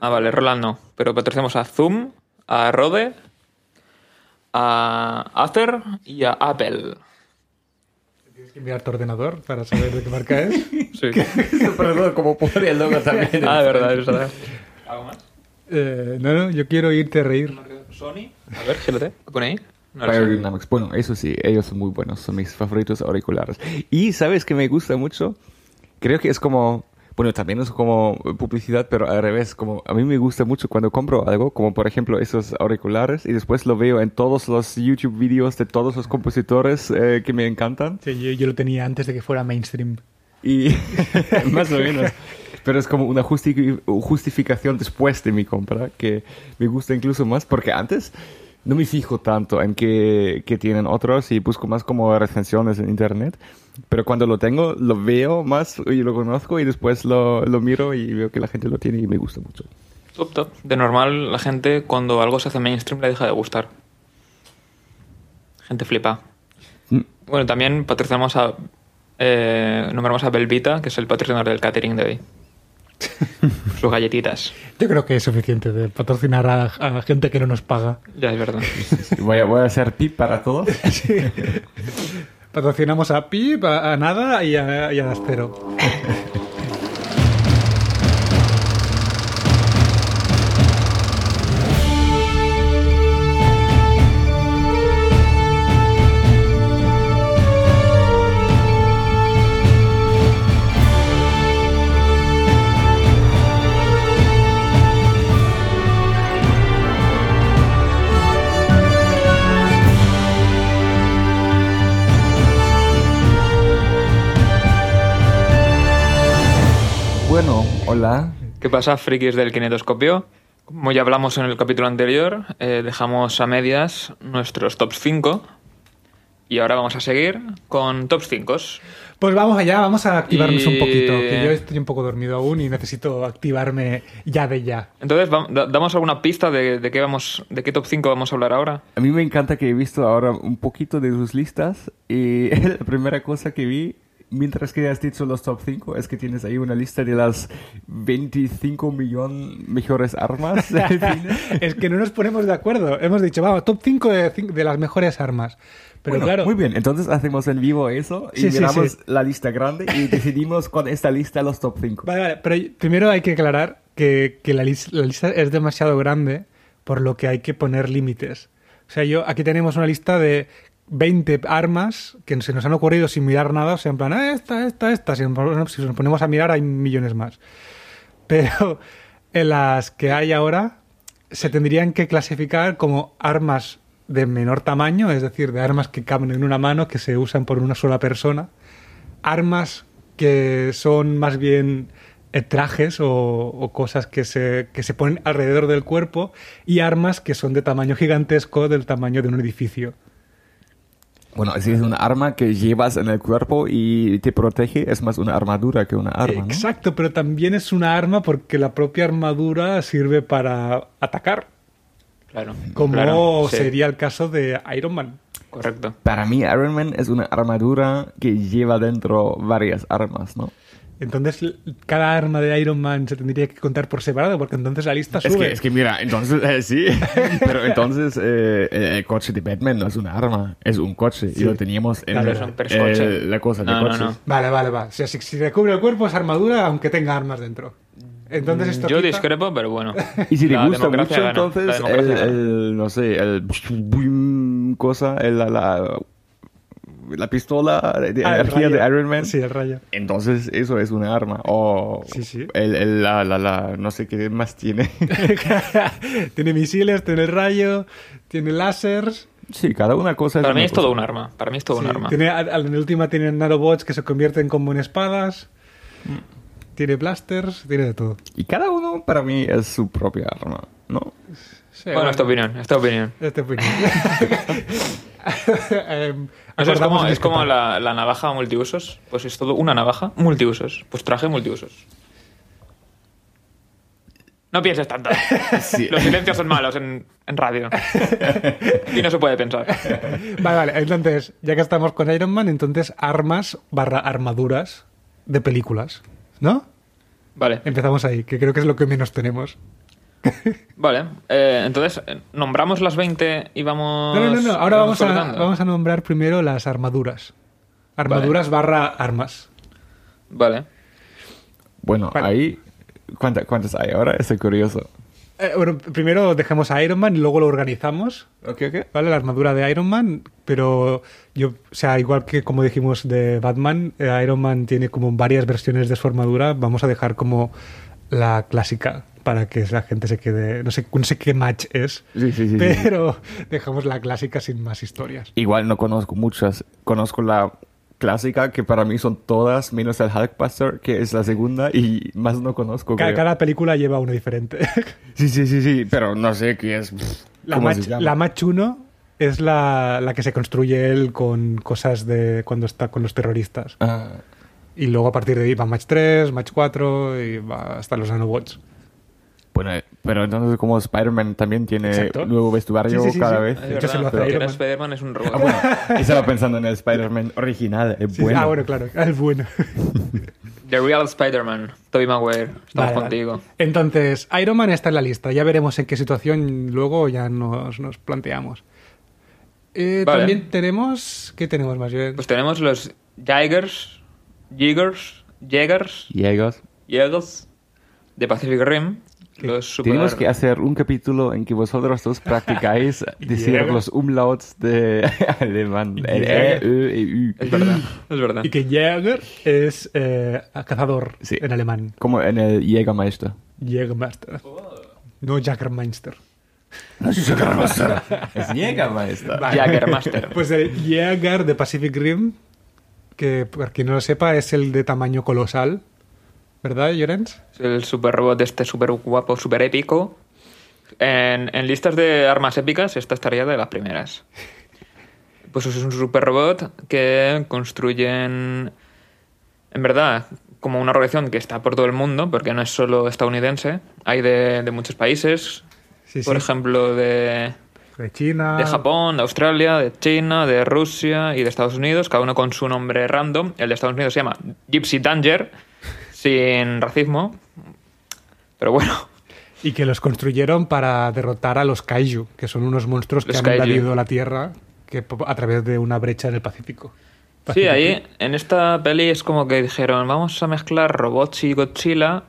Ah, vale, Roland no. Pero pertenecemos a Zoom, a Rode, a Acer y a Apple. Tienes que mirar tu ordenador para saber de qué marca es. Sí. Pero no, como pone el logo también. ah, de verdad, es verdad. ¿Algo más? Eh, no, no, yo quiero irte a reír. Sony. A ver, GLT. ¿Qué pone ahí? No lo sé. Biodynamics. Bueno, eso sí, ellos son muy buenos, son mis favoritos auriculares. Y sabes que me gusta mucho, creo que es como, bueno, también es como publicidad, pero al revés, como a mí me gusta mucho cuando compro algo, como por ejemplo esos auriculares, y después lo veo en todos los YouTube videos de todos los compositores eh, que me encantan. Sí, yo, yo lo tenía antes de que fuera mainstream. Y más o menos. Pero es como una justi- justificación después de mi compra que me gusta incluso más porque antes no me fijo tanto en qué, qué tienen otros y busco más como recensiones en internet. Pero cuando lo tengo, lo veo más y lo conozco y después lo, lo miro y veo que la gente lo tiene y me gusta mucho. Top, top. De normal, la gente cuando algo se hace mainstream le deja de gustar. Gente flipa. Mm. Bueno, también patrocinamos a. Eh, nombramos a Belvita, que es el patrocinador del catering de hoy. Sus galletitas. Yo creo que es suficiente de patrocinar a, a gente que no nos paga. Ya es verdad. Voy a, voy a hacer pip para todos. Patrocinamos a Pip, a, a Nada y a, y a Astero. Bueno, hola. ¿Qué pasa, frikis del kinetoscopio? Como ya hablamos en el capítulo anterior, eh, dejamos a medias nuestros tops 5. Y ahora vamos a seguir con tops 5. Pues vamos allá, vamos a activarnos Y- un poquito, que yo estoy un poco dormido aún y necesito activarme ya de ya. Entonces, va- da- ¿damos alguna pista de, de qué vamos, de qué top 5 vamos a hablar ahora? A mí me encanta que he visto ahora un poquito de sus listas y la primera cosa que vi mientras que has dicho los top 5 es que tienes ahí una lista de las 25 millón mejores armas del cine. es que no nos ponemos de acuerdo. Hemos dicho, vamos, top 5 de, cin- de las mejores armas. Pero Bueno, claro, Muy bien, entonces hacemos en vivo eso y Sí, sí, miramos sí. la lista grande y decidimos con esta lista los top 5. Vale, vale, pero primero hay que aclarar que, que la, lis- la lista es demasiado grande, por lo que hay que poner límites. O sea, yo aquí tenemos una lista de 20 armas que se nos han ocurrido sin mirar nada, o sea, en plan, "Ah, esta, esta, esta. Si nos, si nos ponemos a mirar, hay millones más. Pero en las que hay ahora se tendrían que clasificar como armas de menor tamaño, es decir, de armas que caben en una mano, que se usan por una sola persona armas que son más bien eh, trajes o, o cosas que se, que se ponen alrededor del cuerpo y armas que son de tamaño gigantesco, del tamaño de un edificio. Bueno, si es un arma que llevas en el cuerpo y te protege, es más una armadura que una arma. ¿no? Exacto, pero también es una arma porque la propia armadura sirve para atacar, Claro. como Claro, sí, sería el caso de Iron Man. Correcto. Para mí Iron Man es una armadura que lleva dentro varias armas, ¿no? Entonces l- cada arma de Iron Man se tendría que contar por separado porque entonces la lista Es sube. que, es que mira, entonces eh, sí, pero entonces eh, eh, el coche de Batman no es un arma, es un coche y lo teníamos en Claro, es un percoche. eh, la cosa de No, no, coches. no. Vale, vale, vale. O sea, si, si le cubre el cuerpo es armadura aunque tenga armas dentro. Entonces Mm, esto Yo quita- discrepo, pero bueno. Y si te La gusta democracia gana, mucho, la entonces eh, el, democracia gana. el, no sé, el boom cosa, el- la, la, la pistola de Ah, el energía de rayo. Iron Man. Sí, el rayo. Entonces eso es un arma o Sí, sí. El, el- la, la, la, no sé qué más tiene. tiene misiles, tiene rayo, tiene lásers. sí, cada una cosa. Para mí una es todo cosa. un arma. Para mí es todo un Sí, arma. Tiene, al- en la última tiene nanobots que se convierten como en espadas. Mm. Tiene blasters, tiene de todo. Y cada uno para mí es su propia arma, ¿no? Sí, Bueno, esta opinión, esta opinión. este opinión. Em, O sea, es acordamos como, en es como discrepar. la, la navaja multiusos. Pues es todo una navaja multiusos. Pues traje multiusos. No pienses tanto. Sí. Los silencios son malos en, en radio. Y no se puede pensar. Vale, vale. Entonces, ya que estamos con Iron Man, entonces armas barra armaduras de películas, ¿no? Vale. Empezamos ahí, que creo que es lo que menos tenemos. Vale, eh, entonces, eh, ¿nombramos las 20 y vamos... No, no, no, no. ahora vamos a, cortando? vamos a nombrar primero las armaduras. Armaduras barra armas. Vale. Bueno, Vale. ahí. ¿cuánta- ¿Cuántas hay ahora? Estoy curioso. Eh, bueno, primero dejamos a Iron Man y luego lo organizamos. Ok, ok. ¿Vale? La armadura de Iron Man, pero yo, o sea, igual que como dijimos de Batman, eh, Iron Man tiene como varias versiones de su armadura, vamos a dejar como la clásica para que la gente se quede, no sé, no sé qué match es, Sí, sí, sí, sí. pero dejamos la clásica sin más historias. Igual no conozco muchas. Conozco la clásica, que para mí son todas, menos el Hulkbuster, que es la segunda, y más no conozco. Ca- creo. cada película lleva una diferente. Sí, sí, sí, sí, pero no sé qué es. La ¿Cómo se match, llama? la match 1 es la, la que se construye él con cosas de cuando está con los terroristas. Ah, Y luego a partir de ahí va match 3, match 4 y va hasta los nanobots. bueno, eh, pero entonces como Spider-Man también tiene Exacto. nuevo vestuario Sí, sí, sí, cada sí. vez. Es De hecho, se lo verdad, hace porque Iron era Man. Spider-Man es un robot. Ah, bueno, estaba pensando en el Spider-Man original, el Sí, bueno. Ah, bueno, claro, el bueno. The Real Spider-Man, Tobey Maguire, estamos Vale, vale. contigo. Entonces, Iron Man está en la lista. Ya veremos en qué situación luego ya nos, nos planteamos. Eh, Vale. También tenemos... ¿Qué tenemos más bien? Pues tenemos los Jaegers, Jiggers, Jaegers, Llegos. Jaegers de Pacific Rim. Los super... Tenemos que hacer un capítulo en que vosotros dos practicáis decir Llega. los umlauts de alemán. El E, Ö, E, Ü. Es verdad, es verdad. Y que Jäger es eh, cazador Sí. en alemán. Como en el Jägermeister. Jägermeister. Oh. No Jägermeister. es Jägermeister. Es Jägermeister. Vale. Jägermaster. Pues el Jäger de Pacific Rim, que para quien no lo sepa es el de tamaño colosal, ¿verdad, Llorens? El super robot este super guapo, super épico. En, en listas de armas épicas, esta estaría de las primeras. Pues es un super robot que construyen. En verdad, como una organización que está por todo el mundo, porque no es solo estadounidense. Hay de, de muchos países. Sí, por sí. ejemplo, de, De China. de Japón, de Australia, de China, de Rusia y de Estados Unidos, cada uno con su nombre random. El de Estados Unidos se llama Gypsy Danger, sin racismo. Pero bueno, Y que los construyeron para derrotar a los Kaiju, que son unos monstruos que Los han kaiju. invadido la Tierra que, po- a través de una brecha en el Pacífico. sí, Pacífico. ahí en esta peli es como que dijeron, vamos a mezclar robots y Godzilla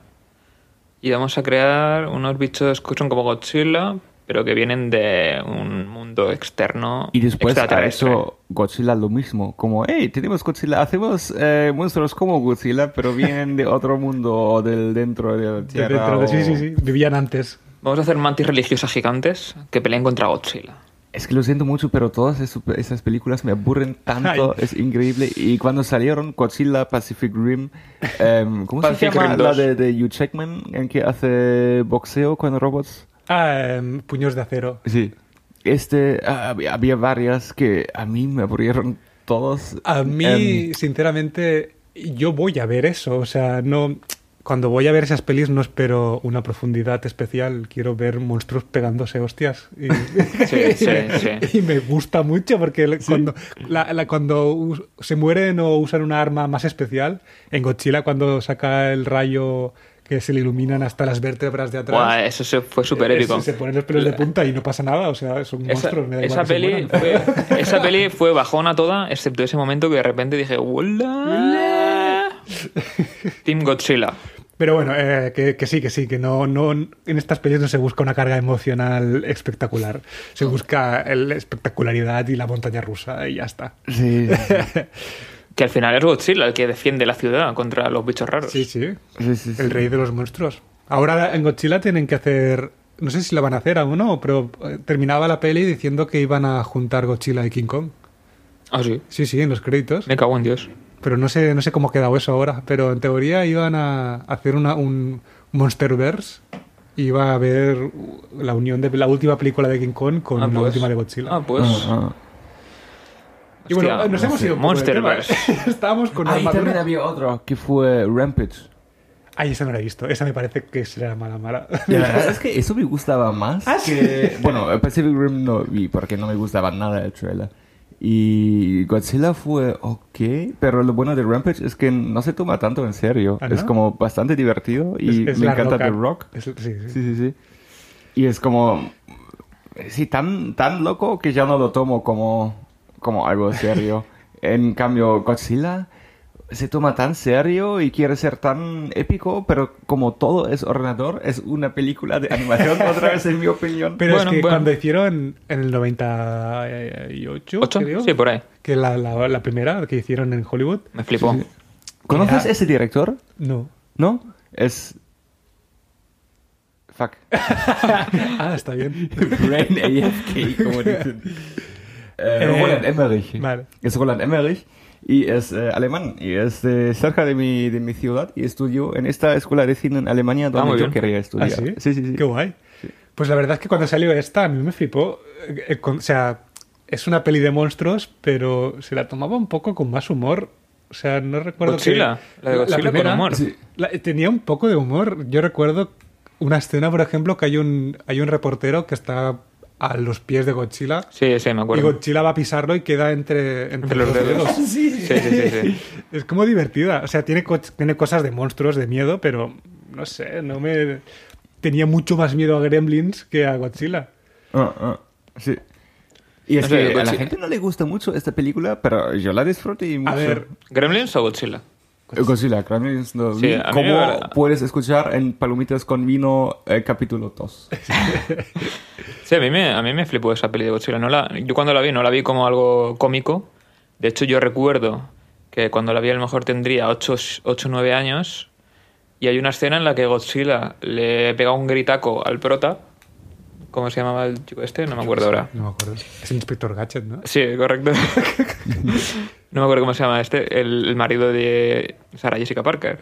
y vamos a crear unos bichos que son como Godzilla, pero que vienen de un mundo externo. Y después ha extraterrestre. hecho Godzilla lo mismo, como, hey, tenemos Godzilla, hacemos eh, monstruos como Godzilla, pero vienen de otro mundo o del dentro de la De Tierra. dentro de- o- Sí, sí, sí. Vivían antes. Vamos a hacer mantis religiosas gigantes que peleen contra Godzilla. Es que lo siento mucho, pero todas esu- esas películas me aburren tanto, es increíble. Y cuando salieron Godzilla, Pacific Rim, em, ¿cómo se Pacific llama Rim la 2? de, de Hugh Jackman en que hace boxeo con robots? Ah, em, puños de acero. Sí. Este, ah, había, había varias que a mí me aburrieron todos. A mí, Em, sinceramente, yo voy a ver eso. O sea, no. Cuando voy a ver esas pelis no espero una profundidad especial. Quiero ver monstruos pegándose hostias. Y, Sí, sí, sí. y me gusta mucho porque le- cuando, la- la- cuando us- se mueren o usan una arma más especial, en Godzilla cuando saca el rayo que se le iluminan hasta las vértebras de atrás. Buah, eso se- fue súper épico. eh, Se, se ponen los pelos de punta y no pasa nada, o sea, son Esa, monstruos. me da esa igual que se peli mueran. fue, esa peli fue bajona toda, excepto ese momento que de repente dije, ¡Hola! Team Godzilla. Pero bueno, eh, que, que sí, que sí, que no, no, en estas pelis no se busca una carga emocional espectacular. Se busca el- la espectacularidad y la montaña rusa y ya está. sí, Que al final es Godzilla el que defiende la ciudad contra los bichos raros. Sí, sí. sí, sí, sí. El rey de los monstruos. Ahora en Godzilla tienen que hacer. No sé si la van a hacer aún o no, pero eh, terminaba la peli diciendo que iban a juntar Godzilla y King Kong. Ah, sí. Sí, sí, en los créditos. Me cago en Dios. Pero no sé, no sé cómo ha quedado eso ahora. Pero en teoría iban a hacer una, un Monsterverse. y Iba a haber la unión de la última película de King Kong con Ah, la pues. última de Godzilla. Ah, pues. Ah, ah. y bueno, hostia, nos hemos sí. ido. un poco del tema, ¿eh? Monsterverse. Estábamos con Ahí armadura. también había otro que fue Rampage. Ay, esa no la he visto. Esa me parece que será mala, mala. La verdad es que eso me gustaba más Ah, que... Bueno, Pacific Rim no vi porque no me gustaba nada el trailer. Y Godzilla fue ok, pero lo bueno de Rampage es que no se toma tanto en serio. ¿Ah, Es no? como bastante divertido y Es- es me la encanta roca. The Rock. Es- sí, sí. Sí, sí, sí. Y es como... Sí, tan, tan loco que ya no lo tomo como, como algo serio. en cambio, Godzilla se toma tan serio y quiere ser tan épico, pero como todo es ordenador, es una película de animación, otra vez en mi opinión. Pero Bueno, es que bueno. cuando hicieron en el 98, ¿Ocho? creo, Sí, por ahí. que la, la- la primera que hicieron en Hollywood, Me flipó. ¿Conoces Mira. ese director? no. ¿No? Es... Fuck. Ah, está bien. Brain AFK, como dicen. Eh, Eh, Roland Emmerich. vale. Es Roland Emmerich y es eh, alemán. Y es de cerca de mi, de mi ciudad y estudió en esta escuela de cine en Alemania donde muy yo bien. quería ¿Ah, estudiar. sí? Sí, sí, sí. Qué guay. Pues la verdad es que cuando salió esta, a mí me flipó. eh, eh, con- o sea, es una peli de monstruos, pero se la tomaba un poco con más humor. O sea, no recuerdo que- Godzilla, la de Godzilla con humor. Sí. la- tenía un poco de humor. Yo recuerdo una escena, por ejemplo, que hay un, hay un reportero que está a los pies de Godzilla. Sí, sí, me Y acuerdo. Godzilla va a pisarlo y queda entre, entre, Entre los dedos. Sí, sí, sí. sí. Es como divertida. O sea, tiene, co- tiene cosas de monstruos, de miedo, pero no sé, no me. Tenía mucho más miedo a Gremlins que a Godzilla. Ah, ah, sí. Y es O sea, que a la Godzilla- gente no le gusta mucho esta película, pero yo la disfruté mucho. A ver, pues- ¿Gremlins o Godzilla? Eh, Godzilla, Gremlins, no Sí, vi. a mí Como me va- puedes escuchar en Palomitas con Vino, eh, capítulo 2. Sí, a mí, me, a mí me flipó esa peli de Godzilla. No la, yo cuando la vi, no la vi como algo cómico. De hecho, yo recuerdo que cuando la vi, a lo mejor tendría 8 o 9 años. Y hay una escena en la que Godzilla le pega un gritaco al prota. ¿Cómo se llamaba el chico este? No me acuerdo ahora. no me acuerdo. Es el inspector Gadget, ¿no? Sí, correcto. no me acuerdo cómo se llama este. El, el marido de Sarah Jessica Parker.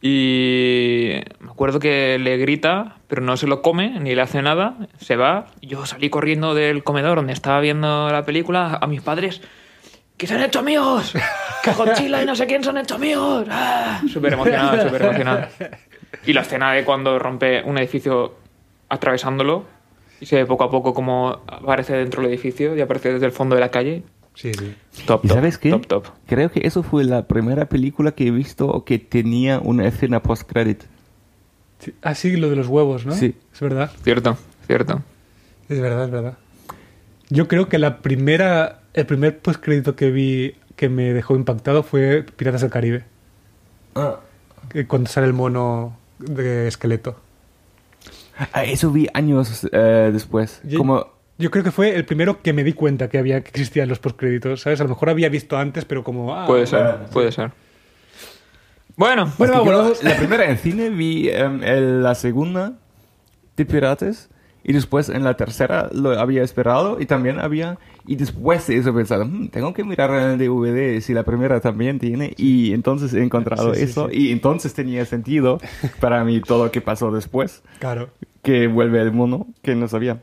Y me acuerdo que le grita, pero no se lo come ni le hace nada. Se va. Yo salí corriendo del comedor donde estaba viendo la película a mis padres. ¡Que se han hecho amigos! ¡Que Godzilla y no sé quién se han hecho amigos! ¡Ah! Súper emocionado, súper emocionado. Y la escena de cuando rompe un edificio atravesándolo y se ve poco a poco como aparece dentro del edificio y aparece desde el fondo de la calle. Sí, sí. Top, ¿Y top, sabes qué? Top, top. Creo que eso fue la primera película que he visto que tenía una escena post-credit. Sí. Ah, sí, lo de los huevos, ¿no? Sí. Es verdad. Cierto, cierto. Es verdad, es verdad. Yo creo que la primera, el primer postcrédito que vi que me dejó impactado fue Piratas del Caribe. que Cuando sale el mono de esqueleto. Ah, Eso vi años eh, después. Yo, Como, yo creo que fue el primero que me di cuenta que había que existían los postcréditos, ¿sabes? A lo mejor había visto antes, pero como... Ah, Puede ser, puede ser. Bueno, Bueno, Yo volvamos. la primera en cine vi em, el- la segunda de Pirates y después en la tercera lo había esperado y también había... Y después de eso pensaba, "Hmm, tengo que mirar en el DVD si la primera también tiene. Y entonces he encontrado Sí, sí, eso sí. y entonces tenía sentido para mí todo lo que pasó después. Claro. Que vuelve el mono que no sabía.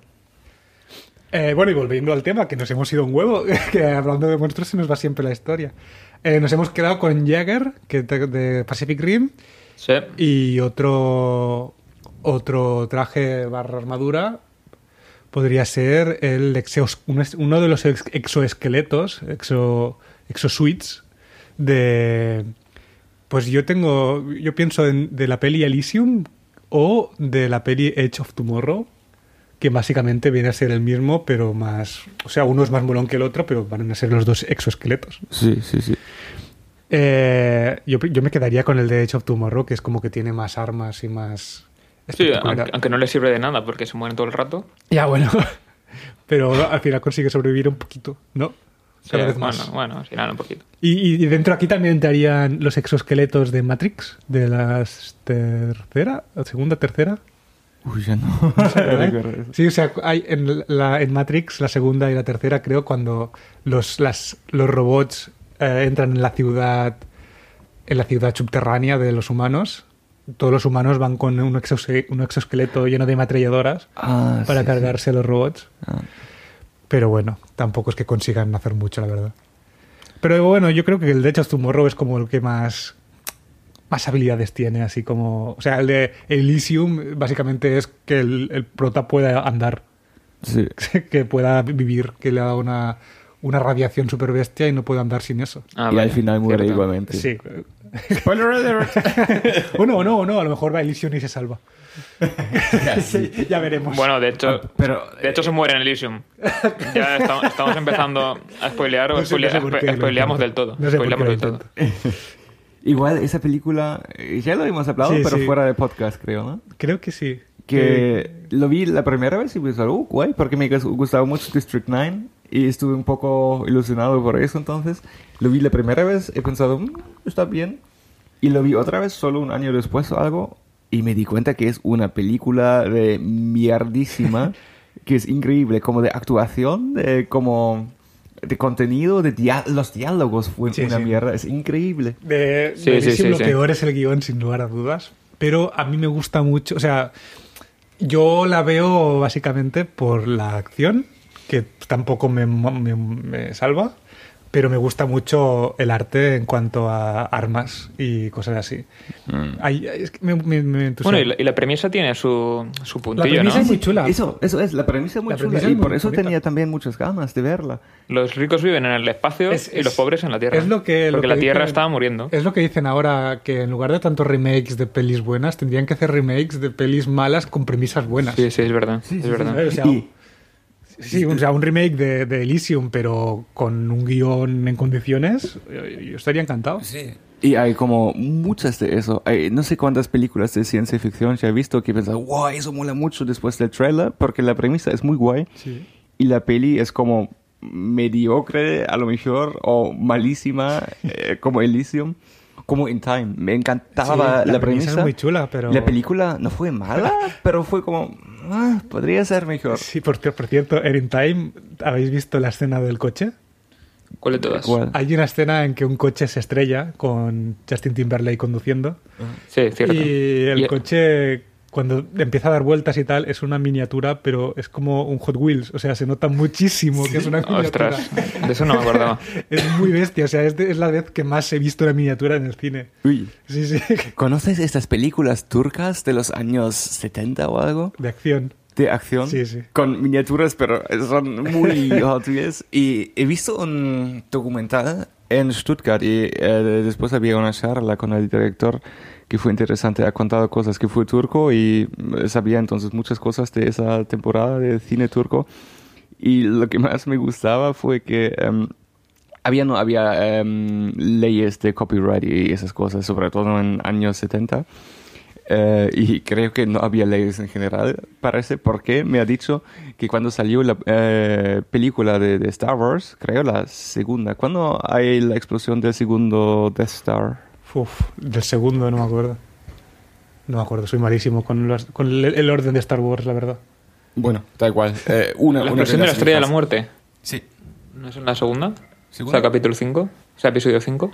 Eh, bueno, y volviendo al tema, que nos hemos ido un huevo, que hablando de monstruos se nos va siempre la historia. Eh, nos hemos quedado con Jagger, que de, de Pacific Rim, sí. y otro, otro traje barra armadura podría ser el exeos- un es- uno de los ex- exoesqueletos, exo, exosuits, de... Pues yo tengo, yo pienso en- de la peli Elysium o de la peli Edge of Tomorrow, que básicamente viene a ser el mismo, pero más, o sea, uno es más molón que el otro, pero van a ser los dos exoesqueletos. Sí, sí, sí. Eh, yo, yo me quedaría con el de Edge of Tomorrow, que es como que tiene más armas y más. Sí, espectacularidad. aunque, aunque no le sirve de nada porque se mueren todo el rato. Ya, bueno. Pero al final consigue sobrevivir un poquito, ¿no? Cada Sí, vez más. Bueno, bueno, al final un poquito. Y, y dentro aquí también entrarían los exoesqueletos de Matrix, de la tercera, segunda, tercera. Uy, ya no. ¿verdad? Recuerdo eso. Sí, o sea, hay en, la, en Matrix, la segunda y la tercera, creo, cuando los, las, los robots eh, entran en la ciudad en la ciudad subterránea de los humanos, todos los humanos van con un, exose- un exoesqueleto lleno de ametralladoras Ah, para sí, cargarse a los robots. sí. Ah. Pero bueno, tampoco es que consigan hacer mucho, la verdad. Pero bueno, yo creo que el de Edge of Tomorrow es como el que más más habilidades tiene, así como... O sea, el de Elysium básicamente es que el, el prota pueda andar, Sí. que pueda vivir, que le ha dado una, una radiación super bestia y no puedo andar sin eso. Ah, y vale, al final muere cierto. igualmente. Sí. Spoiler alert. O no, o no, o no, a lo mejor va Elysium y se salva. ya veremos. Bueno, de Ah, hecho, Pero de hecho se muere en Elysium. Ya estamos, estamos empezando a spoilear o No sé- no spoile- sé por qué lo spoileamos intento. del todo. No sé por qué Spoileamos lo del todo. intento. eh, igual esa película, eh, ya lo hemos hablado, Sí, pero sí. fuera de podcast, creo, ¿no? Creo que sí. Que lo vi la primera vez y pensé, oh, guay, porque me gustaba mucho District 9 y estuve un poco ilusionado por eso entonces. Lo vi la primera vez, he pensado, "Mm, está bien. Y lo vi otra vez solo un año después o algo y me di cuenta que es una película de mierdísima, que es increíble, como de actuación, de como de contenido, de dia- los diálogos fue Sí, una sí. mierda, es increíble. De, Sí, de sí, Elysium sí, lo sí. peor es el guión, sin lugar a dudas. Pero a mí me gusta mucho. O sea, yo la veo básicamente por la acción, que tampoco me, mo- me- me salva. Pero me gusta mucho el arte en cuanto a armas y cosas así. Ay, es que me, me- me entusiasma. Bueno, y la, y la premisa tiene su, su puntillo, premisa ¿no? es muy chula. Eso, eso es, la premisa es muy La chula premisa y es muy por eso bonita. tenía también muchas ganas de verla. Los ricos viven en el espacio Es- y los es- pobres en la Tierra. es lo que- lo porque que la Tierra dicen- estaba muriendo. Es lo que dicen ahora, que en lugar de tantos remakes de pelis buenas, tendrían que hacer remakes de pelis malas con premisas buenas. Sí, sí, es verdad. es verdad. ¿Sabes? Eh, O sea, Y- Sí, o sea, un remake de, de Elysium, pero con un guión en condiciones, yo, yo estaría encantado. Sí. Y hay como muchas de eso. Hay no sé cuántas películas de ciencia ficción ya he visto que he pensado, wow, eso mola mucho después del trailer, porque la premisa es muy guay. Sí. Y la peli es como mediocre, a lo mejor, o malísima, eh, como Elysium, como In Time. Me encantaba Sí, la premisa la, premisa. es muy chula, pero- La película no fue mala, pero fue como, "Ah, podría ser mejor. Sí, por, cier- por cierto, en In Time, ¿habéis visto la escena del coche? ¿Cuál de todas? ¿Cuál? Hay una escena en que un coche se estrella con Justin Timberlake conduciendo Sí, cierto. y el Y- coche cuando empieza a dar vueltas y tal es una miniatura, pero es como un Hot Wheels, o sea, se nota muchísimo que es una miniatura. Ostras, de eso no me acordaba. Es muy bestia, o sea, es, de- es la vez que más he visto una miniatura en el cine. Uy. Sí, sí, ¿Conoces estas películas turcas de los años 70 o algo? de acción. de acción Sí, sí. con miniaturas, pero son muy Hot Wheels. Y he visto un documental en Stuttgart y eh, después había una charla con el director que fue interesante. Ha contado cosas que fue turco y mm, sabía entonces muchas cosas de esa temporada de cine turco. Y lo que más me gustaba fue que em, había, no, había em, leyes de copyright y esas cosas, sobre todo en años 70. Eh, y creo que no había leyes en general, parece, porque me ha dicho que cuando salió la eh, película de, de Star Wars, creo la segunda, ¿cuándo hay la explosión del segundo Death Star? Uf, del segundo no me acuerdo. No me acuerdo, soy malísimo con, los- con el, el orden de Star Wars, la verdad. Bueno, da igual. Eh, una, La explosión de la estrella de la muerte. Sí. ¿No es en la segunda? ¿Segunda? O sea, capítulo 5. O sea, episodio 5.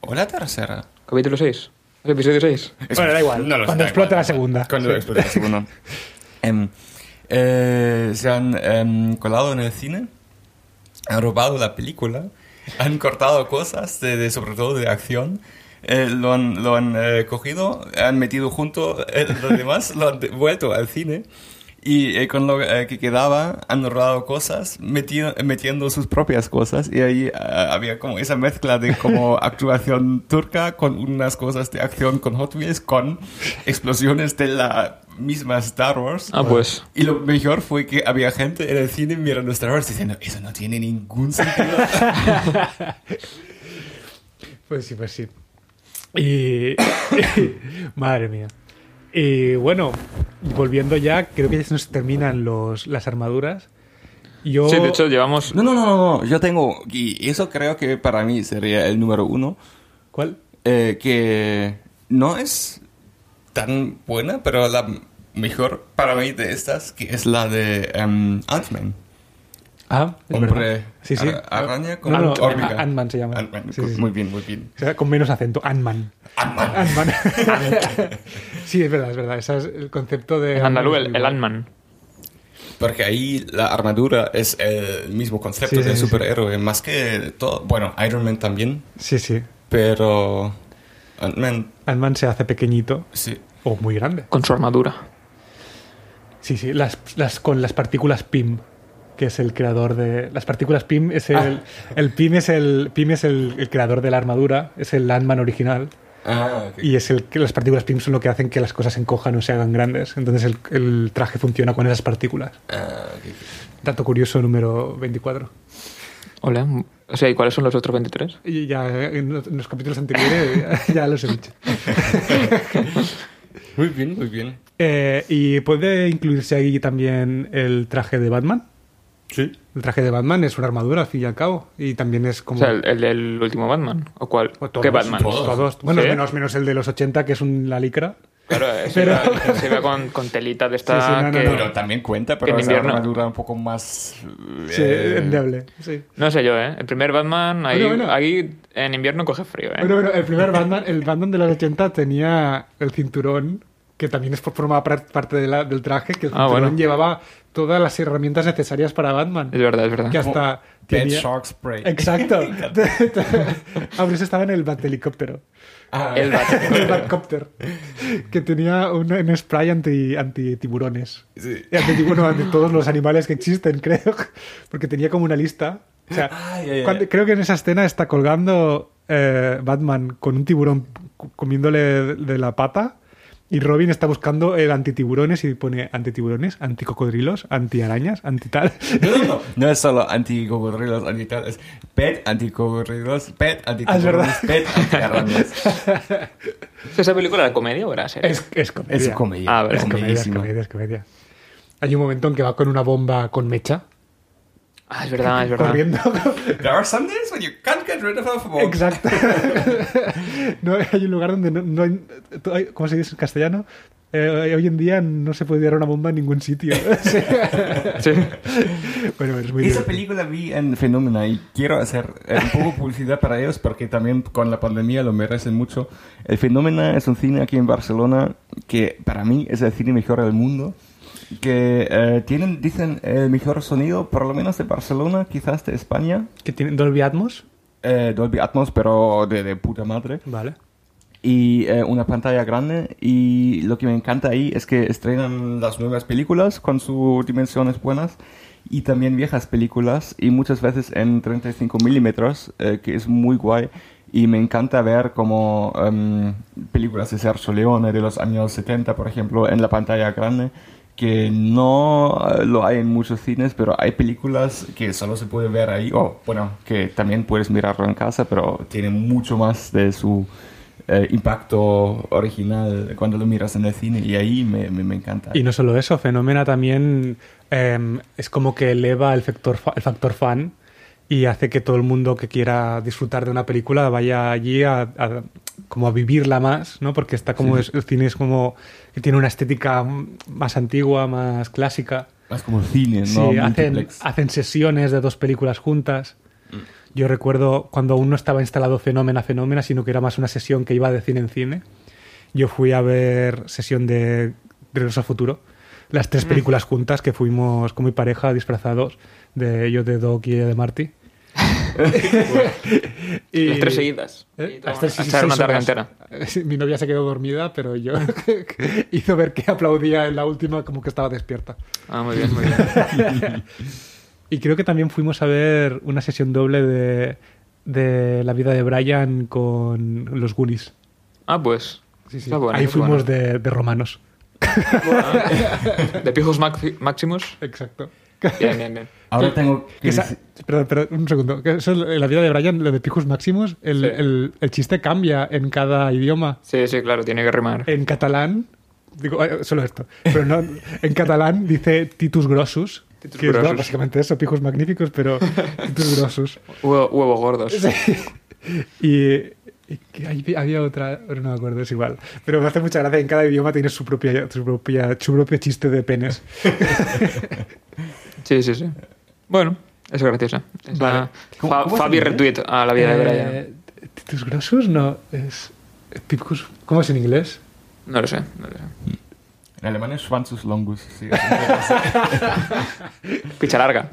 O la tercera. capítulo 6. O sea, episodio 6. Bueno, da igual. No lo sé, Cuando da explota igual. la segunda. Cuando Sí. explota la segunda. Em, eh, se han em, colado en el cine, han robado la película, han cortado cosas, de, de- sobre todo de acción. eh, lo han, lo han eh, cogido, han metido junto eh, lo demás, lo han de- vuelto al cine. Y eh, con lo eh, que quedaba, han robado cosas, metido- metiendo sus propias cosas. Y ahí ah, había como esa mezcla de como actuación turca con unas cosas de acción con Hot Wheels, con explosiones de la misma Star Wars. Ah, pues. Y lo mejor fue que había gente en el cine mirando Star Wars diciendo, eso no tiene ningún sentido. Pues sí, pues sí. Y. Madre mía. Y bueno, volviendo ya, creo que ya se nos terminan los, las armaduras. Yo. Sí, de hecho, llevamos. No, no, no, no, no. Yo tengo, y eso creo que para mí sería el número uno, ¿Cuál? eh, que No es tan buena, pero la mejor para mí de estas que es la de em, Ant-Man. Ah, es verdad. Hombre, Sí, sí. ara- araña con No, no, hormiga. Ant-Man se llama. Ant-Man, Sí, sí, sí. Muy bien, muy bien. O sea, con menos acento, Ant-Man. Ant-Man. Ant-Man. sí, es verdad, es verdad. Ese es el concepto de. En andaluz, el, el Ant-Man. Ant-Man. Porque ahí la armadura es el mismo concepto Sí, del sí, sí. superhéroe, más que todo. Bueno, Iron Man también, Sí, sí. pero Ant-Man, Ant-Man se hace pequeñito sí. o muy grande. Con su armadura. Sí, sí, las, las, con las partículas PIM. que es el creador de las partículas PIM. Es el, el PIM es, el, PIM es el, el creador de la armadura, es el Landman original. Ah, ok. Y es el que las partículas PIM son lo que hacen que las cosas se encojan o se hagan grandes. Entonces el, el traje funciona con esas partículas. Ah, ok, ok. Dato curioso número 24. Hola. O sea, ¿y cuáles son los otros 23? Y ya eh, en los en los capítulos anteriores ya, ya los he dicho. Muy bien, muy bien. Eh, y puede incluirse ahí también el traje de Batman. Sí. El traje de Batman es una armadura, al fin y al cabo. Y también es O como... sea, el, el del último Batman. ¿O cuál? o Pues todos, ¿Qué Batman? Todos. todos. Bueno, ¿Sí? menos, menos el de los 80, que es una licra. Claro, eh, se, Pero- iba, se iba con, con telita de esta Sí, sí, no, no, que- no. Pero también cuenta, En pero es una invierno. armadura un poco más... Sí, eh, endeble. Sí. No sé yo, ¿eh? El primer Batman, ahí, Bueno, bueno. ahí en invierno coge frío, ¿eh? Bueno, bueno, el primer Batman, el Batman de los 80 tenía el cinturón, que también es por forma par- parte de la- del traje, que el Ah, cinturón bueno. llevaba todas las herramientas necesarias para Batman. Es verdad, es verdad. Que hasta Dead tenía... Shark Spray. Exacto. Te- te- Aún eso estaba en el bat helicóptero. Ah, El Batman. El Batcopter. Que tenía un, un spray anti, anti tiburones. sí. Y anti, bueno, anti todos los animales que existen, creo. Porque tenía como una lista. O sea, Ah, ya, ya, cuando- ya. creo que en esa escena está colgando eh, Batman con un tiburón cu- comiéndole de, de la pata. Y Robin está buscando el antitiburones y pone antitiburones, anticocodrilos, antiarañas, antital. No, no, no. No es solo anticocodrilos, anti tal, es pet anticocodrilos, pet Ah, es verdad. anticocodrilos, pet antiarranas. ¿Esa película era comedia o era serie? Es, es comedia. Es comedia. Ah, vale. Es comedia, es Comedísimo. comedia, es comedia. Hay un momento en que va con una bomba con mecha, Ah, es verdad, es verdad. corriendo. There are some days when you can't get rid of a football. Exacto. no, hay un lugar donde no, no hay, to- hay- ¿Cómo se dice en castellano? Eh, hoy en día no se puede tirar una bomba en ningún sitio. Sí. Sí. bueno, es muy Esa divertido. película vi en Fenómena y quiero hacer eh, un poco publicidad para ellos porque también con la pandemia lo merecen mucho. El Fenómena es un cine aquí en Barcelona que para mí es el cine mejor del mundo. Que eh, tienen, dicen, el mejor sonido, por lo menos de Barcelona, quizás de España. ¿Que tiene Dolby Atmos? Eh, Dolby Atmos, pero de, de puta madre. Vale. y eh, una pantalla grande y lo que me encanta ahí es que estrenan las nuevas películas con sus dimensiones buenas y también viejas películas y muchas veces en 35 milímetros eh, que es muy guay y me encanta ver como em, películas de Sergio Leone de los años 70 por ejemplo en la pantalla grande que no eh, lo hay en muchos cines, pero hay películas que solo se puede ver ahí, o bueno, que también puedes mirarlo en casa, pero tiene mucho más de su eh, impacto original cuando lo miras en el cine y ahí me, me, me encanta. Y no solo eso, Fenómena también eh, es como que eleva el factor, fa- el factor fan y hace que todo el mundo que quiera disfrutar de una película vaya allí a, a- como a vivirla más, ¿no? Porque está como es- el cine es como que tiene una estética mm, más antigua, más clásica. Más como cine, ¿no? Sí, hacen, Multiplex. hacen sesiones de dos películas juntas. Yo recuerdo cuando aún no estaba instalado Fenómena Fenómena, sino que era más una sesión que iba de cine en cine. Yo fui a ver sesión de Regreso al Futuro, las Mm. tres películas juntas que fuimos con mi pareja disfrazados, de yo de Doc y ella de Marty. Y- Las tres seguidas. ¿Eh? Y toma- Hasta hasta una tarde entera. Mi novia se quedó dormida, pero yo hizo ver que aplaudía en la última como que estaba despierta. Ah, muy bien, muy bien. Y creo que también fuimos a ver una sesión doble de, de la vida de Brian con los Goonies. Ah, pues. está bueno, Ahí está fuimos bueno. de, de romanos. de... pijos maxi- máximos. Exacto. Bien, bien, bien. Ahora tengo que... decir- perdón, perdón, un segundo. Que eso, la vida de Brian, lo de Pijus Maximus, el, Sí. el- el chiste cambia en cada idioma. Sí, sí, claro, tiene que rimar. En catalán, digo, eh, solo esto, pero no, en catalán dice Titus Grossus, Titus que es Grossus. básicamente eso, Pijus Magníficos, pero Titus Grossus. Huevo- huevos gordos. Y, y que hay- había otra, ahora no me acuerdo, es igual. Pero me hace mucha gracia, en cada idioma tiene su, propia, su, propia, su propio chiste de penes. Sí, sí, sí. Bueno, es graciosa. Es Vale. la- ¿Cómo- Fa- cómo se Fabi dice? retweet a la vida de Brian. Eh, ¿Titus Grossus? No, es... Picus, ¿Cómo es en inglés? No lo sé, no lo sé. En alemán es Schwanzus Longus. Sí, Picha larga.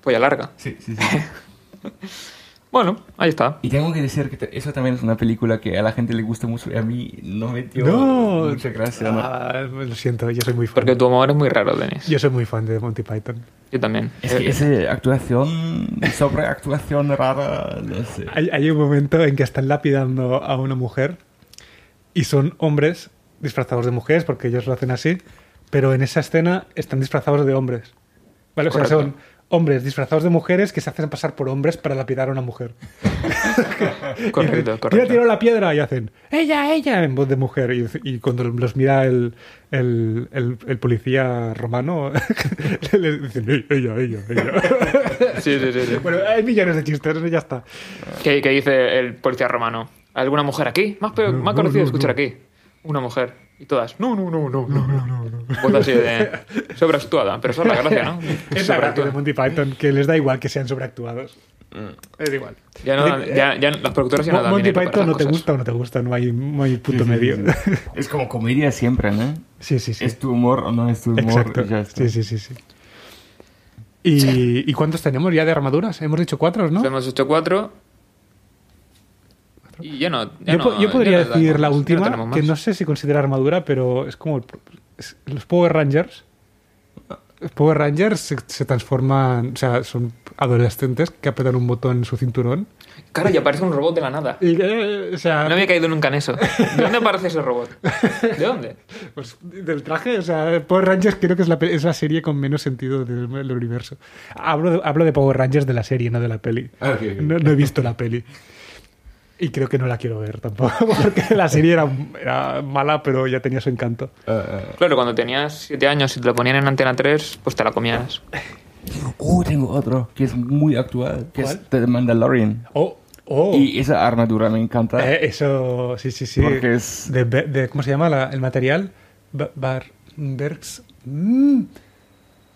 Polla larga. sí, sí. sí. Bueno, ahí está. Y tengo que decir que te- eso también es una película que a la gente le gusta mucho y a mí no me dio No. mucha gracia. ¿no? Ah, lo siento, yo soy muy fan. Porque tu amor es muy raro, Denis. Yo, Yo soy muy fan de Monty Python. también. Es que Eh, esa actuación, sobreactuación rara, no sé. Hay, hay un momento en que están lapidando a una mujer y son hombres disfrazados de mujeres, porque ellos lo hacen así, pero en esa escena están disfrazados de hombres. ¿Vale? O sea, Correcto. son hombres disfrazados de mujeres que se hacen pasar por hombres para lapidar a una mujer. correcto, Tira, tiro correcto. la piedra y hacen ¡Ella, ella! en voz de mujer. Y, y cuando los mira el, el- el- el policía romano, le, le dicen "Ey, ¡Ella, ella, ella! Sí, sí, sí. sí. bueno, hay millones de chistes, ya está. ¿Qué, qué dice el policía romano? ¿Alguna mujer aquí? Más, pe- más conocido escuchar aquí. Una mujer. Y todas. No, no, no, no, no. no, Voz así de. Sobreactuada. Pero esa es la gracia, ¿no? Es la gracia de Sobreactuada. Monty Python, que les da igual que sean sobreactuados. Es igual. Ya no dan- ya, ya las productoras ya no Mo- dan Monty dinero para Python no esas te cosas. gusta o no te gusta, no hay, no hay punto medio. Es como comedia siempre, ¿no? sí, sí, sí. Es tu humor o no es tu humor. Exacto. y ya está. Sí, sí, sí, sí. ¿Y, ¿y cuántos tenemos ya de armaduras? Hemos dicho cuatro, ¿no? Hemos hecho cuatro. Y ya no. ya Yo, po- no- yo podría ya no decir dan la más, ya última, tenemos que más. no sé si considera armadura, pero es como el- es- los Power Rangers. Los Power Rangers se, se transforman, o sea, son adolescentes que apretan un botón en su cinturón. Claro, y aparece un robot de la nada. Y, eh, o sea, No había caído nunca en eso. ¿De dónde aparece ese robot? ¿De dónde? Pues del traje, o sea, Power Rangers creo que es la, pe- es la serie con menos sentido del, del universo. Hablo de, hablo de Power Rangers de la serie, no de la peli. Ah, ok, ok. No, no he visto la peli. Y creo que no la quiero ver tampoco, porque la serie era, era mala, pero ya tenía su encanto. Ah, Claro, cuando tenías 7 años y te lo ponían en Antena 3, pues te la comías. ah. Oh, tengo otro que es muy actual, que ¿Cuál? es The Mandalorian. Oh, oh. Y esa armadura me encanta. Eh, eso, sí, sí, sí. Porque es- De, be- de- ¿Cómo se llama la- el material? Ba- bar, Berks. mm,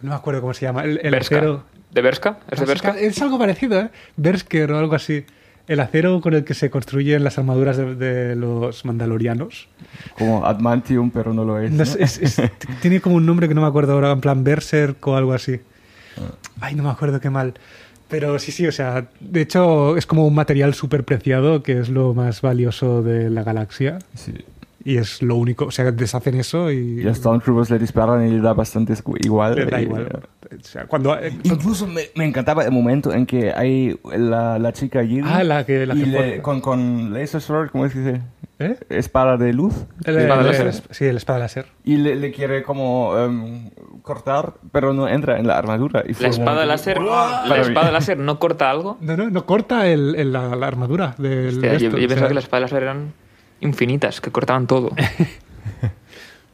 no me acuerdo cómo se llama. El, el Berska. acero. ¿De Berska? ¿Es de Berska? Es algo parecido, ¿eh? Bersker o algo así. El acero con el que se construyen las armaduras de, de los mandalorianos. Como Admantium, pero no lo es. No sé, es- es- t- tiene como un nombre que no me acuerdo ahora, en plan Berserk o algo así. Ay, no me acuerdo qué mal. Pero sí, sí, o sea, de hecho es como un material súper preciado que es lo más valioso de la galaxia. Sí. Y es lo único, o sea, deshacen eso y... Y a Stormtroopers le disparan y le da bastante escu- igual. les da Y- igual. O sea, cuando... eh, Incluso me, me encantaba el momento en que hay la, la chica allí. Ah, la que- la y que le- porta. con, con laser sword, ¿cómo es que dice? ¿eh? Espada de luz. El- eh, Espada el- láser. el- sí, el espada láser. Y le, le quiere como em, cortar, pero no entra en la armadura. Y fue La un espada momento- láser. ¡Uah! ¿La Para mí. espada láser no corta algo? No, no, no corta el, el- la, la armadura del. Hostia, de yo, esto, yo o pensaba sea, que las espadas láser eran infinitas, que cortaban todo.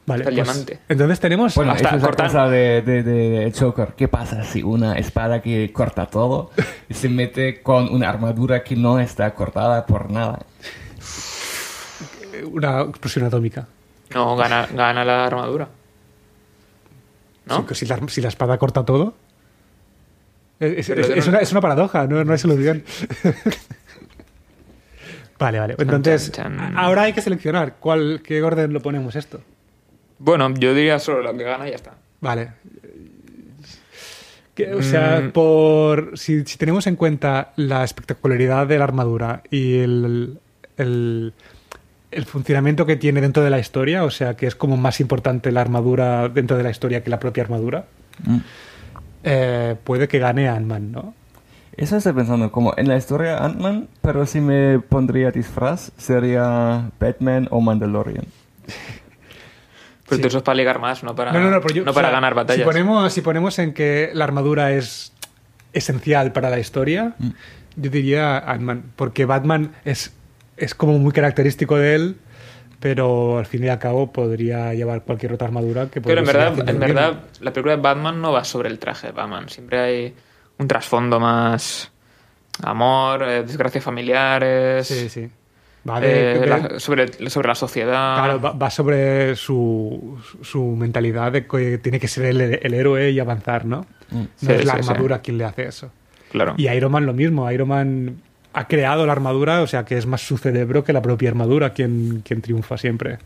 Vale, hasta el pues, diamante. Entonces tenemos. Bueno, Hasta esa es la cortar. cosa de, de, de Joker. ¿Qué pasa si una espada que corta todo se mete con una armadura que no está cortada por nada? eh, una explosión atómica. No, gana, gana la armadura. ¿No? Sí, que Si, la, si la espada corta todo. eh, Es, es- Pero es- yo no- es una, es una paradoja, no, no hay solución. vale, vale. Entonces, chan, chan. ahora hay que seleccionar cuál, qué orden lo ponemos esto. Bueno, yo diría solo la que gana y ya está. Vale. Que, o sea, por si, si tenemos en cuenta la espectacularidad de la armadura y el, el, el funcionamiento que tiene dentro de la historia, o sea, que es como más importante la armadura dentro de la historia que la propia armadura, Mm. eh, puede que gane Ant-Man, ¿no? Eso estoy pensando, como en la historia Ant-Man, pero si me pondría disfraz, sería Batman o Mandalorian. Pero Sí. tú eso es para ligar más, no para, no, no, no, pero yo- o para sea, ganar batallas. Si ponemos, si ponemos en que la armadura es esencial para la historia, yo diría Ant-Man, porque Batman es, es como muy característico de él, pero al fin y al cabo podría llevar cualquier otra armadura que Pero en podría ser verdad, haciendo en Pues lo mismo. verdad, la película de Batman no va sobre el traje de Batman. Siempre hay un trasfondo más amor, eh, desgracias familiares, Sí, sí. Va de- pues, eh, de- la- ah. sobre, sobre la sociedad. Claro, va, va sobre su, su mentalidad de que tiene que ser el, el héroe y avanzar, ¿no? Mm. No Sí, es la sí, sí. armadura quien le hace eso. Claro. Y Iron Man lo mismo. Iron Man ha creado la armadura, o sea que es más su cerebro que la propia armadura quien, quien triunfa siempre.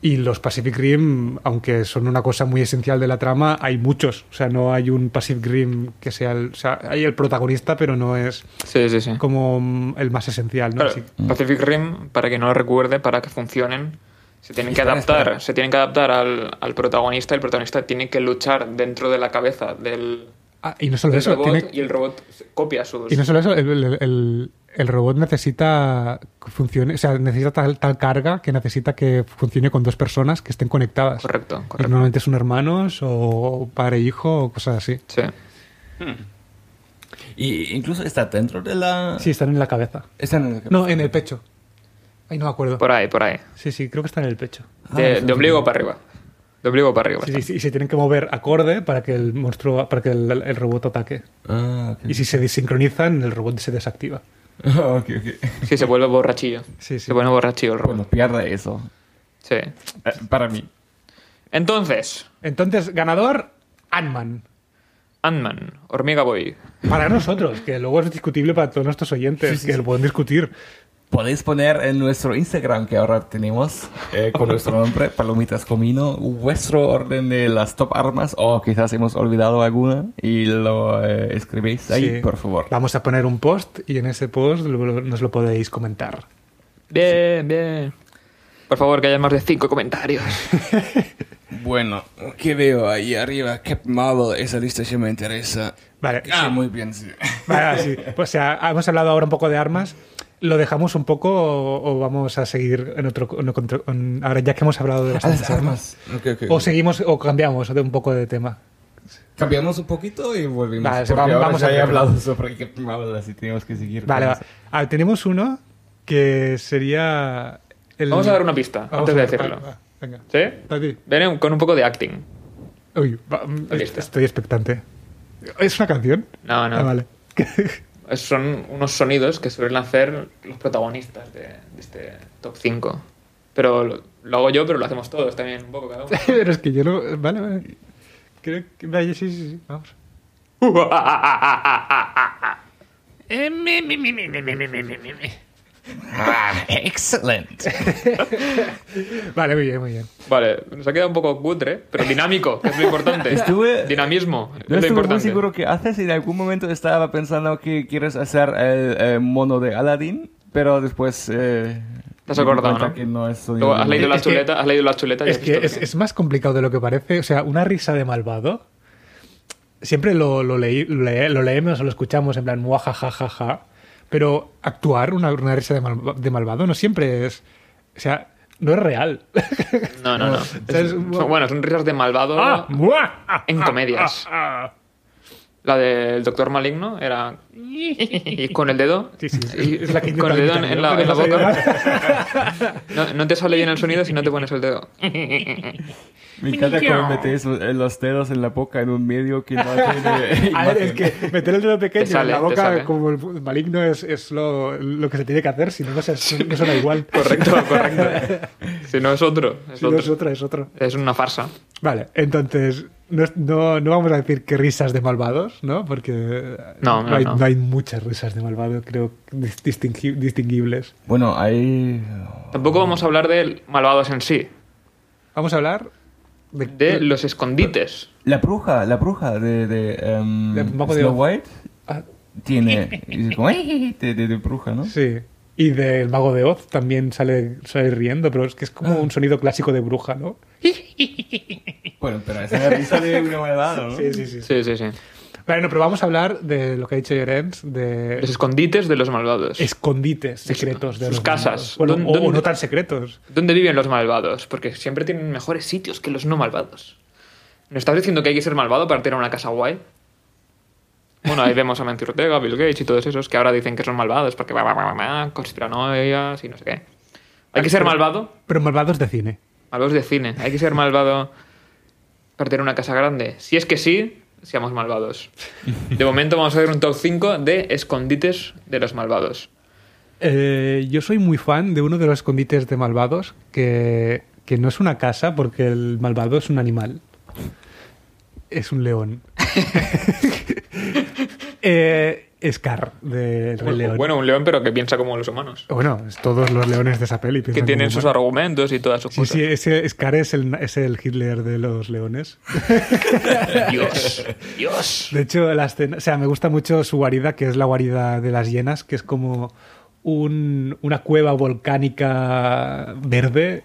Y los Pacific Rim, aunque son una cosa muy esencial de la trama, hay muchos. O sea, no hay un Pacific Rim que sea el. O sea, hay el protagonista, pero no es Sí, sí, sí. como mm, el más esencial, ¿no? Claro, Así- Pacific Rim, para que no lo recuerde, para que funcionen, se tienen que Espera, adaptar, espera. se tienen que adaptar al, al protagonista. El protagonista tiene que luchar dentro de la cabeza del, Ah, y no solo del eso, robot tiene- y el robot se- copia sus. Y no solo eso, el, el- el- el robot necesita que funcione, o sea, necesita tal, tal carga que necesita que funcione con dos personas que estén conectadas. Correcto, Y correcto. Normalmente son hermanos o padre e hijo o cosas así. Sí. Y incluso está dentro de la... Sí, están en la cabeza. Está en el... No, en el pecho. Ay, no me acuerdo. Por ahí, por ahí. Sí, sí, creo que está en el pecho. Ah, De, de ombligo para arriba. De ombligo para arriba. Sí, está. sí, sí, y se tienen que mover acorde para que el monstruo, para que el, el robot ataque. Ah, ok. Y si se desincronizan, el robot se desactiva. Ah, ok, ok. Sí, se vuelve borrachillo. Sí, sí. Se vuelve borrachillo el robot. Cuando pierda eso. Sí. Eh, para mí. Entonces, Entonces, ganador, Ant-Man. Ant-Man, Hormiga Boy. Para nosotros, que luego es discutible para todos nuestros oyentes, que lo pueden discutir. Podéis poner en nuestro Instagram que ahora tenemos eh, con nuestro nombre, Palomitas Comino, vuestro orden de las top armas o quizás hemos olvidado alguna y lo eh, escribéis ahí, Sí. por favor. Vamos a poner un post y en ese post lo- lo- nos lo podéis comentar. Bien, bien. Por favor, que haya más de cinco comentarios. Bueno, ¿qué veo ahí arriba? Captain Marvel, esa lista sí me interesa. Vale, Ah, muy bien, sí. vale, sí. Pues, o sea, hemos hablado ahora un poco de armas. ¿Lo dejamos un poco o, o vamos a seguir en otro, en otro- en- ahora ya que hemos hablado de las, A Ah, las armas? armas. Ok, ok. O seguimos o cambiamos de un poco de tema. Cambiamos un poquito y volvimos. Vale, porque vamos- ahora vamos ya a he ver. hablado sobre Captain Marvel, así tenemos que seguir. Vale, con va. Ah, tenemos uno que sería el- Vamos a dar una pista Vamos antes a de ver, decirlo. va, va, venga. ¿Sí? Tati. Ven con un poco de acting. Uy, va, mm, Ahí está. estoy expectante. ¿Es una canción? No, no. Ah, vale. Son unos sonidos que suelen hacer los protagonistas de, de este top 5. Pero lo, lo hago yo, pero lo hacemos todos también, un poco cada uno. Pero es que yo no. Vale, vale. Creo que. Vale, sí, sí, sí. Vamos. Eh, Ah, Excellent. Vale, muy bien, muy bien. Vale, nos ha quedado un poco cutre, pero dinámico, que es lo importante. Estuve- Dinamismo, es lo Yo estuve muy importante. seguro que haces y en algún momento estaba pensando que quieres hacer el eh, mono de Aladdin, pero después... Eh, Te has me di acordado, cuenta ¿no? Que no es sonido Luego, has de- leído la Es que- chuleta, has leído la chuleta y Es has que visto es, es más complicado de lo que parece. O sea, una risa de malvado. Siempre lo, lo, leí- lo, lee- lo leemos o lo escuchamos en plan muajajajaja. Pero actuar una, una risa de, malva- de malvado no siempre es. O sea, no es real. No, no, no. sea, es- Es- son- bueno, son risas de malvado Ah, ¡Mua! en comedias. La del Doctor Maligno era... Y con el dedo. Sí, sí, sí. y Es la que intenta con el dedo en, imitar, en la, en ¿no? Pero la no sale boca. No, no te sale bien el sonido si no te pones el dedo. Me encanta cómo metes lo- eh, los dedos en la boca en un medio que no tiene. A ver, es que meter el dedo pequeño Te sale, en la te boca sale. como el maligno es, es lo, lo que se tiene que hacer, si no, no, se- no suena igual. Correcto, correcto. Si no es otro. Es Si no otro. es otra, es otro. Es una farsa. Vale, entonces no, es- no, no vamos a decir que risas de malvados, ¿no? Porque No, no, hay, no. hay muchas risas de malvado, creo, dis- distingui- distinguibles. Bueno, hay. Tampoco vamos a hablar de malvados en sí. Vamos a hablar de... De los escondites. La bruja, la bruja de, de, em, De Mago de Snow Oz. White Ah, tiene. y como, "Ay", de, de- de bruja, ¿no? sí. Y del mago de Oz también sale, sale riendo, pero es que es como un sonido clásico de bruja, ¿no? Bueno, pero esa es la risa de una malvada, ¿no? Sí, sí, sí. Sí, sí, sí. Bueno, pero vamos a hablar de lo que ha dicho Llorens, de Los escondites de los malvados. escondites secretos de Sus los casas. malvados. Bueno, ¿Dónde- o- o dónde- no tan secretos. ¿Dónde viven los malvados? Porque siempre tienen mejores sitios que los no malvados. ¿Nos estás diciendo que hay que ser malvado para tener una casa guay? Bueno, ahí vemos a Mancio Ortega, Bill Gates y todos esos que ahora dicen que son malvados porque va, va, va, va, va, conspiranoias y no sé qué. Hay que ser malvado, Pero malvados de cine. malvados de cine. Hay que ser malvado para tener una casa grande. Si es que sí, seamos malvados. De momento vamos a hacer un top 5 de escondites de los malvados. Eh, yo soy muy fan de uno de los escondites de malvados que, que no es una casa porque el malvado es un animal. Es un león. Eh, Scar de Rey León. Bueno, un león, pero que piensa como los humanos. Bueno, es todos los leones de esa peli. Que piensan tienen como sus humanos. argumentos y todas sus Sí, cosas. sí, ese Scar es el, es el Hitler de los leones. Dios, Dios. De hecho, la escena- o sea, me gusta mucho su guarida, que es la guarida de las hienas, que es como un- una cueva volcánica verde.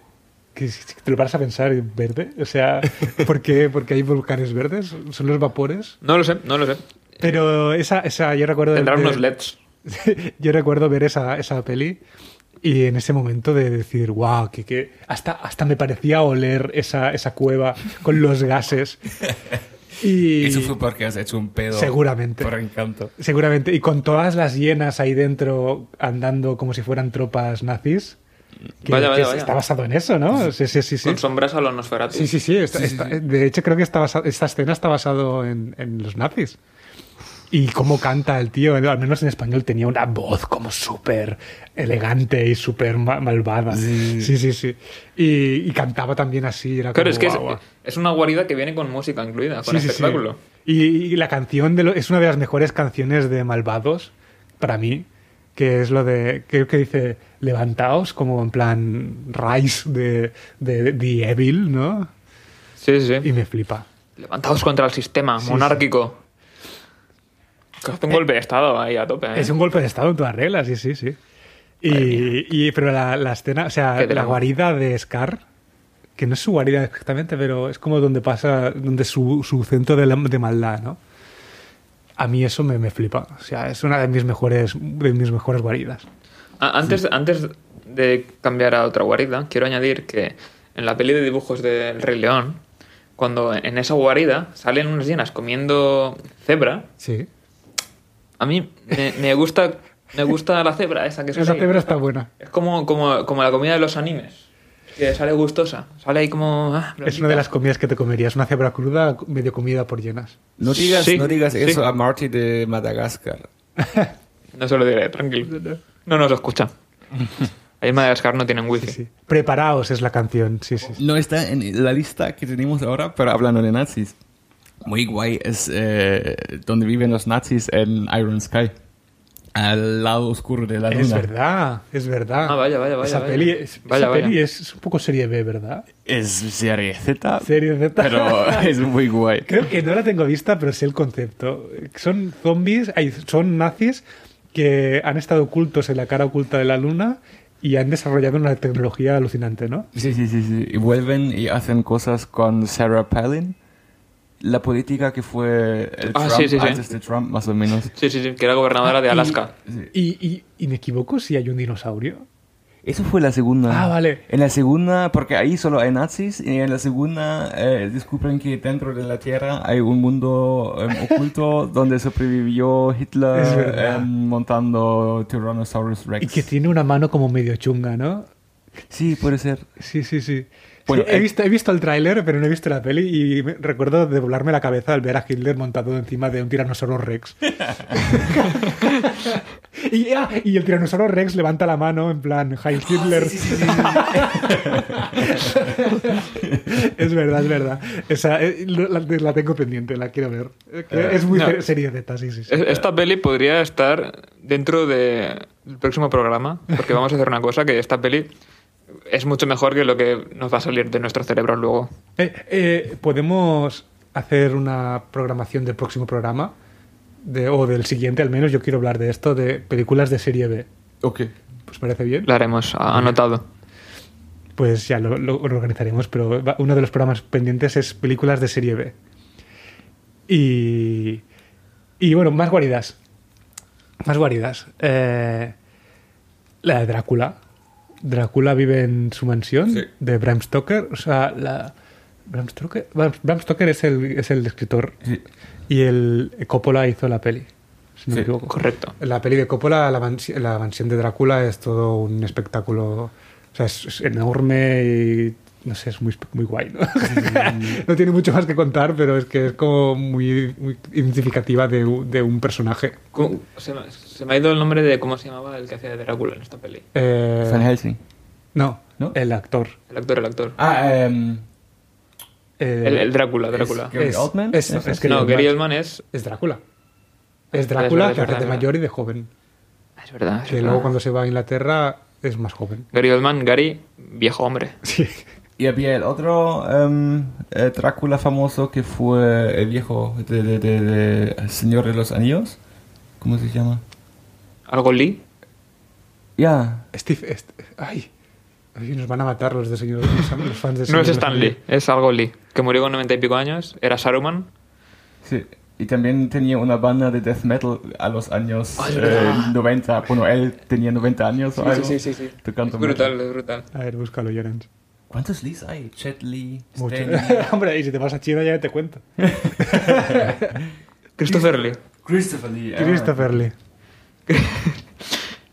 Que si si te lo paras a pensar, verde. O sea, ¿por qué? Porque hay volcanes verdes, son los vapores. No lo sé, no lo sé. Pero esa, esa yo recuerdo. de- Tendrán de- unos LEDs. yo recuerdo ver esa, esa peli y en ese momento de decir, wow, que, que hasta, hasta me parecía oler esa, esa cueva con los gases. Y Eso fue porque has hecho un pedo. Seguramente. Por encanto. seguramente, y con todas las hienas ahí dentro andando como si fueran tropas nazis, que, Vaya, vaya, que vaya. está basado en eso, ¿no? Sí, sí, sí. sí. Con sombras a los Nosferatu. Sí, sí, sí. está- está- De hecho, creo que está basa- esta escena está basado en, en los nazis. Y cómo canta el tío, al menos en español tenía una voz como súper elegante y súper ma- malvada. Sí, sí, sí. Y, y cantaba también así. Era Claro, como, es que es, "Guau, guau". es una guarida que viene con música incluida, con este Sí, sí, sí. espectáculo. Y, y la canción de lo- es una de las mejores canciones de Malvados, para mí, que es lo de, creo que dice, levantaos, como en plan, rise de, de, de The Evil, ¿no? Sí, sí, sí. Y me flipa. Levantados contra el sistema Sí, monárquico. Que hace un golpe de estado ahí a tope. ¿eh? Es un golpe de estado en todas reglas, sí, sí, sí. Y, y- pero la, la escena, o sea, Qué la drama. guarida de Scar, que no es su guarida exactamente, pero es como donde pasa, donde su, su centro de, la- de maldad, ¿no? A mí eso me, me flipa. O sea, es una de mis mejores, de mis mejores guaridas. A- Ah, Antes, antes de cambiar a otra guarida, quiero añadir que en la peli de dibujos del Rey León, cuando en esa guarida salen unas llenas comiendo cebra, Sí. a mí me, me gusta me gusta la cebra esa que sale Esa ahí. cebra está buena. Es como, como, como la comida de los animes, que sale gustosa, sale ahí como... ah, Es una de blandita. las comidas que te comerías, una cebra cruda medio comida por llenas. No digas, Sí, no digas sí. eso a Marty de Madagascar. No se lo diré, tranquilo. No nos escucha. Ahí en Madagascar no tienen wifi. Sí, sí. Preparaos es la canción, sí, sí. sí. No está en la lista que tenemos ahora, pero hablando de nazis. Muy guay es eh, donde viven los nazis en Iron Sky. Al lado oscuro de la luna. Es verdad, es verdad. Ah, vaya, vaya, vaya, Esa vaya. peli, es, Vaya, esa vaya. peli es, es un poco serie B, ¿verdad? Es serie Z. Serie Z. Pero es muy guay. Creo que no la tengo vista, pero sé el concepto. Son zombies, ay, son nazis que han estado ocultos en la cara oculta de la luna y han desarrollado una tecnología alucinante, ¿no? Sí, sí, sí, sí. Y vuelven y hacen cosas con Sarah Palin. La política que fue el Ah, Trump, sí, sí, sí. antes de Trump, más o menos. Sí, sí, sí, que era gobernadora Ah, de Alaska. Y, y- y me equivoco si hay un dinosaurio. Eso fue la segunda. Ah, vale. En la segunda, porque ahí solo hay nazis, y en la segunda eh, descubren que dentro de la Tierra hay un mundo em, oculto donde sobrevivió Es Hitler verdad. em, montando Tyrannosaurus Rex. Y que tiene una mano como medio chunga, ¿no? Sí, puede ser. Sí, sí, sí. Bueno, Sí, he, eh, visto, he visto el tráiler, pero no he visto la peli y me- recuerdo de volarme la cabeza al ver a Hitler montado encima de un tiranosaurio rex. y, ah, y el tiranosaurio rex levanta la mano en plan, Heil Hitler. es verdad, es verdad. Esa, eh, lo- la, la tengo pendiente, la quiero ver. Eh, que es muy no. ser- serie Z, sí, sí. sí. Es- Esta peli podría estar dentro de- del próximo programa, porque vamos a hacer una cosa, que esta peli es mucho mejor que lo que nos va a salir de nuestro cerebro luego. Eh, eh, ¿Podemos hacer una programación del próximo programa? De- o del siguiente, al menos yo quiero hablar de esto, de películas de serie B. Ok. ¿Os parece bien? Lo haremos, a- anotado. Pues ya lo, lo- lo organizaremos, pero va- uno de los programas pendientes es películas de serie B. Y, y bueno, más guaridas. Más guaridas. Eh, la de Drácula. Drácula vive en su mansión Sí. de Bram Stoker. O sea, la... Bram Stoker, Bram- Bram Stoker es, el, es el escritor. Sí. Y el Coppola hizo la peli, si no me Sí, equivoco. Correcto. La peli de Coppola, la, mansi- la mansión de Drácula, es todo un espectáculo. O sea, es, es enorme y. No sé, es muy, espe- muy guay, ¿no? no tiene mucho más que contar, pero es que es como muy, muy identificativa de, u- de un personaje. ¿Cómo- Se me, se me ha ido el nombre de cómo se llamaba el que hacía de Drácula en esta peli. Eh, Van Helsing. no, ¿No? el actor. El actor, el actor. Ah, em, Eh, El, el Drácula, Drácula. Gary es- Oldman? es- ¿Es es así? que- no, Gary Oldman es... es Drácula. Es Es verdad, Drácula es que verdad, de es verdad. mayor y de joven. Ah, Es verdad. es Que verdad. luego cuando se va a Inglaterra es más joven. Gary Oldman, Gary, viejo hombre. Sí. Y había el otro em, eh, Drácula famoso que fue el viejo de, de- de- de El Señor de los Anillos. ¿Cómo se llama? ¿Algo Lee? Ya. Steve. est- ay, ay, nos van a matar los, de señor- los, los fans de No señor es de Stan los Lee, es algo Lee, que murió con noventa y pico años, era Saruman. Sí. Y también tenía una banda de death metal a los años eh, 90. Bueno, él tenía 90 años o algo. sí. Tocando metal. es brutal. A ver, búscalo, Llorens. ¿Cuántos Lees hay? Chet Lee, Mucho. Stan Lee, Hombre, y si te vas a China ya te cuento. Christopher Lee. Christopher Lee. ah. Christopher Lee.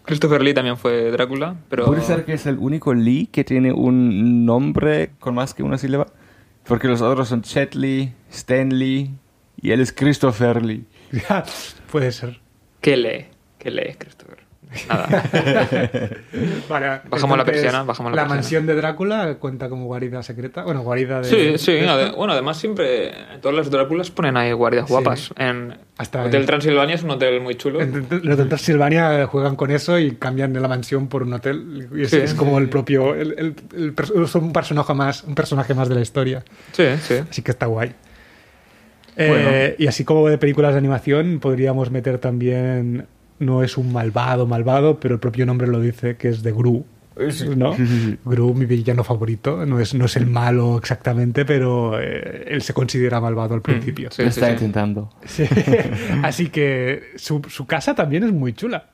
Christopher Lee también fue Drácula, pero... ¿Puede ser que es el único Lee que tiene un nombre con más que una sílaba? Porque los otros son Chet Lee, Stan Lee y él es Christopher Lee. Ya, Puede ser. ¿Qué lee? ¿Qué lee Christopher? Nada. Vale, Bajamos la entonces, persiana, bajamos la persiana. mansión de Drácula cuenta como guarida secreta. Bueno, guarida de. sí, sí. de- ade- bueno, además siempre en todas las Dráculas ponen ahí guardias guapas. En Hasta Hotel en- Transilvania es un hotel muy chulo. En- en- Los de Transilvania juegan con eso y cambian de la mansión por un hotel. Y es, Sí. es como el propio. El, el- el per- son un personaje, más, un personaje más de la historia. Sí, sí. Así que está guay. Eh, y así como de películas de animación, podríamos meter también. No es un malvado, malvado, pero el propio nombre lo dice, que es de Gru. ¿no? Gru, mi villano favorito. No es, no es el malo exactamente, pero eh, él se considera malvado Mm. al principio. Sí, Lo sí, está sí. intentando. Sí. Así que su, su casa también es muy chula.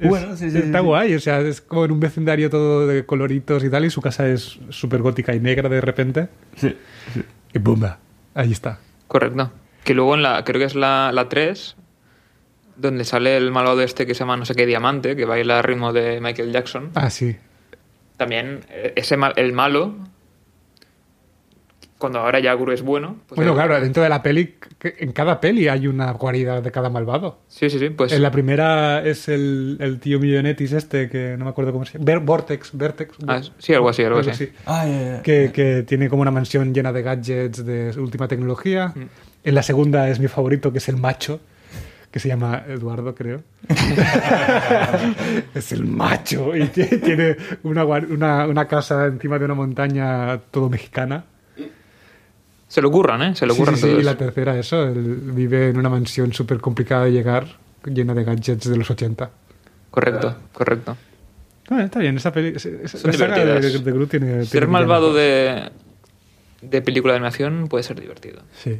Es- Bueno, sí, sí, está sí. guay, o sea, es como en un vecindario todo de coloritos y tal, y su casa es súper gótica y negra de repente. Sí. Y ¡bumba! Ahí está. Correcto. Que luego en la, creo que es la, la 3, donde sale el malvado este que se llama no sé qué Diamante, que baila al ritmo de Michael Jackson. Ah, sí. También eh, ese mal- el malo, cuando ahora ya Guru es bueno. pues bueno, el- claro, dentro de la peli, que- en cada peli hay una guarida de cada malvado. Sí, sí, sí. Pues En la primera es el, el tío Millonetis este, que no me acuerdo cómo se llama. Ver- Vortex, Vertex. Ah, sí, algo así, algo así. Ah, ya, ya. que, que tiene como una mansión llena de gadgets de última tecnología. Mm. En la segunda es mi favorito, que es el macho, que se llama Eduardo, creo. es el macho y t- tiene una, guar- una, una casa encima de una montaña todo mexicana. se lo ocurran, ¿eh? Se lo Sí, ocurran sí, sí, todos. y la tercera, eso, él vive en una mansión súper complicada de llegar, llena de gadgets de los 80. Correcto, correcto. Bueno, Ah, está bien, esa peli. esa- Ah. esa- Son la saga divertidas. de, de Gru tiene. tiene Ser villanos. malvado de, de película de animación puede ser divertido. Sí.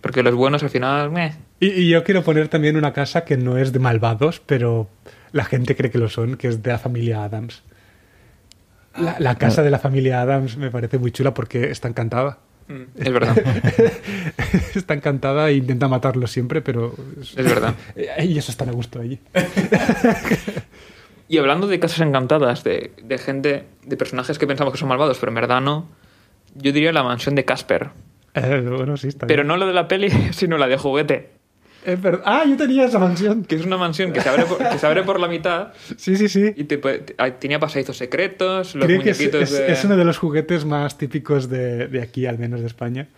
Porque los buenos al final... meh. Y, y yo quiero poner también una casa que no es de malvados, pero la gente cree que lo son, que es de la familia Adams. La, la casa de la familia Adams me parece muy chula porque está encantada. Mm, Es verdad, está encantada e intenta matarlo siempre, pero... es verdad. Y eso están a gusto allí. Y hablando de casas encantadas, de, de gente, de personajes que pensamos que son malvados, pero en verdad no, yo diría la mansión de Casper. Eh, bueno, sí, está Pero bien. no la de la peli, sino la de juguete. Es verdad. Ah, yo tenía esa mansión. Que es una mansión que se abre por, que se abre por la mitad Sí, sí, sí. y te puede- ah, tenía pasadizos secretos, los Creo que es, muñequitos es- de... es uno de los juguetes más típicos de, de aquí, al menos de España.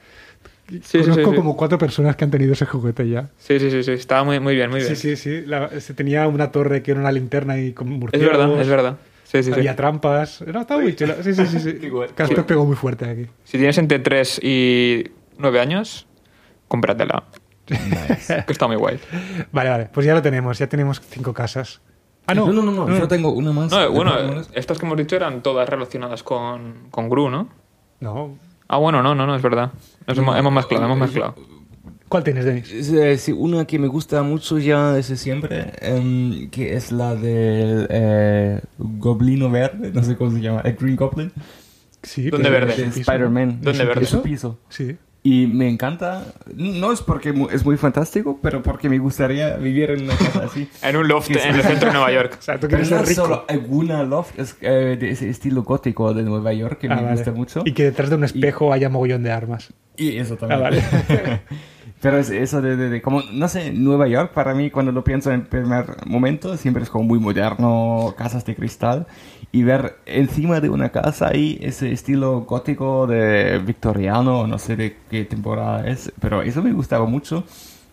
Sí, sí, sí, Conozco sí. como cuatro personas que han tenido ese juguete ya. Sí, sí, sí, sí, estaba muy, muy bien, muy bien. Sí, sí, sí. La- se tenía una torre que era una linterna y con Es murciélagos. verdad, es verdad. Sí, sí, sí. Había trampas. No, estaba muy chulo. Sí, sí, sí. sí. Casper pegó muy fuerte aquí. Si tienes entre 3 y 9 años, cómpratela. que está muy guay. Vale, vale. Pues ya lo tenemos. Ya tenemos cinco casas. Ah, no. No, no, no, no, yo tengo una más. No, eh, ¿Tengo bueno, una eh, más? estas que hemos dicho eran todas relacionadas con, con Gru, ¿no? No. Ah, bueno, no, no, no, es verdad. Nos hemos, hemos mezclado, hemos mezclado. ¿Cuál tienes, Denis? Es, eh, sí, una que me gusta mucho ya desde siempre, em, que es la del eh, Goblino Verde, no sé cómo se llama, el Green Goblin. Sí. ¿Dónde pero- verde? De ¿Es un piso? Spider-Man. ¿Dónde Es un verde? piso, piso. Sí. Y me encanta, no es porque mu- es muy fantástico, pero porque me gustaría vivir en una casa así. En un loft en el centro de Nueva York. O sea, tú Pero quieres no ser rico. solo alguna loft, es eh, de ese estilo gótico de Nueva York que Ah, me vale. gusta mucho. Y que detrás de un espejo haya mogollón de armas. Y eso Ah, también. vale. Pero es eso de, de- de como, no sé, Nueva York para mí cuando lo pienso en primer momento siempre es como muy moderno, casas de cristal. Y ver encima de una casa ahí ese estilo gótico de victoriano, no sé de qué temporada es, pero eso me gustaba mucho.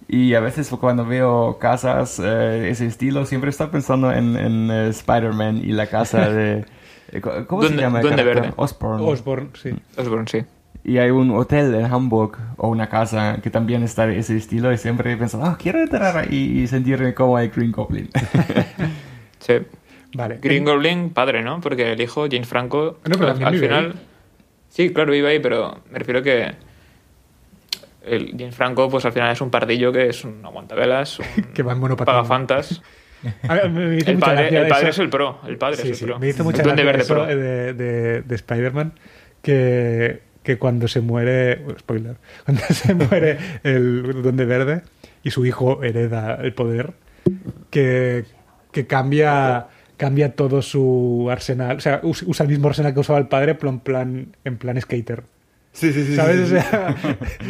Y a veces cuando veo casas eh, de ese estilo, siempre estoy pensando en, en, eh, Spider-Man y la casa de... eh, co- ¿Cómo se Duende- llama? el Duende carácter? Verde. Osborn. Osborne, sí. Mm. Osborn, sí. Y hay un hotel en Hamburg o una casa que también está de ese estilo y siempre he pensado, ah, quiero entrar ahí y sentirme como el Green Goblin. Sí. Vale. Green Goblin, padre, ¿no? Porque el hijo, James Franco, Ah, pero al, también al vive final... ahí. Sí, claro, vive ahí, pero me refiero que... El James Franco, pues al final es un pardillo que es un aguantabelas, un Que va en monopatín. pagafantas. A ver, me hizo El mucha padre, gracia el padre eso. es el pro, el padre Sí, es sí, el pro. Me hizo el mucha duende gracia verde eso pro. eh, de, de, de Spider-Man que, que cuando se muere, bueno, spoiler, cuando se muere el duende verde y su hijo hereda el poder, que, que cambia cambia todo su arsenal, o sea, us- usa el mismo arsenal que usaba el padre, pero en plan, en plan skater. sí, sí, ¿Sabes? O sea,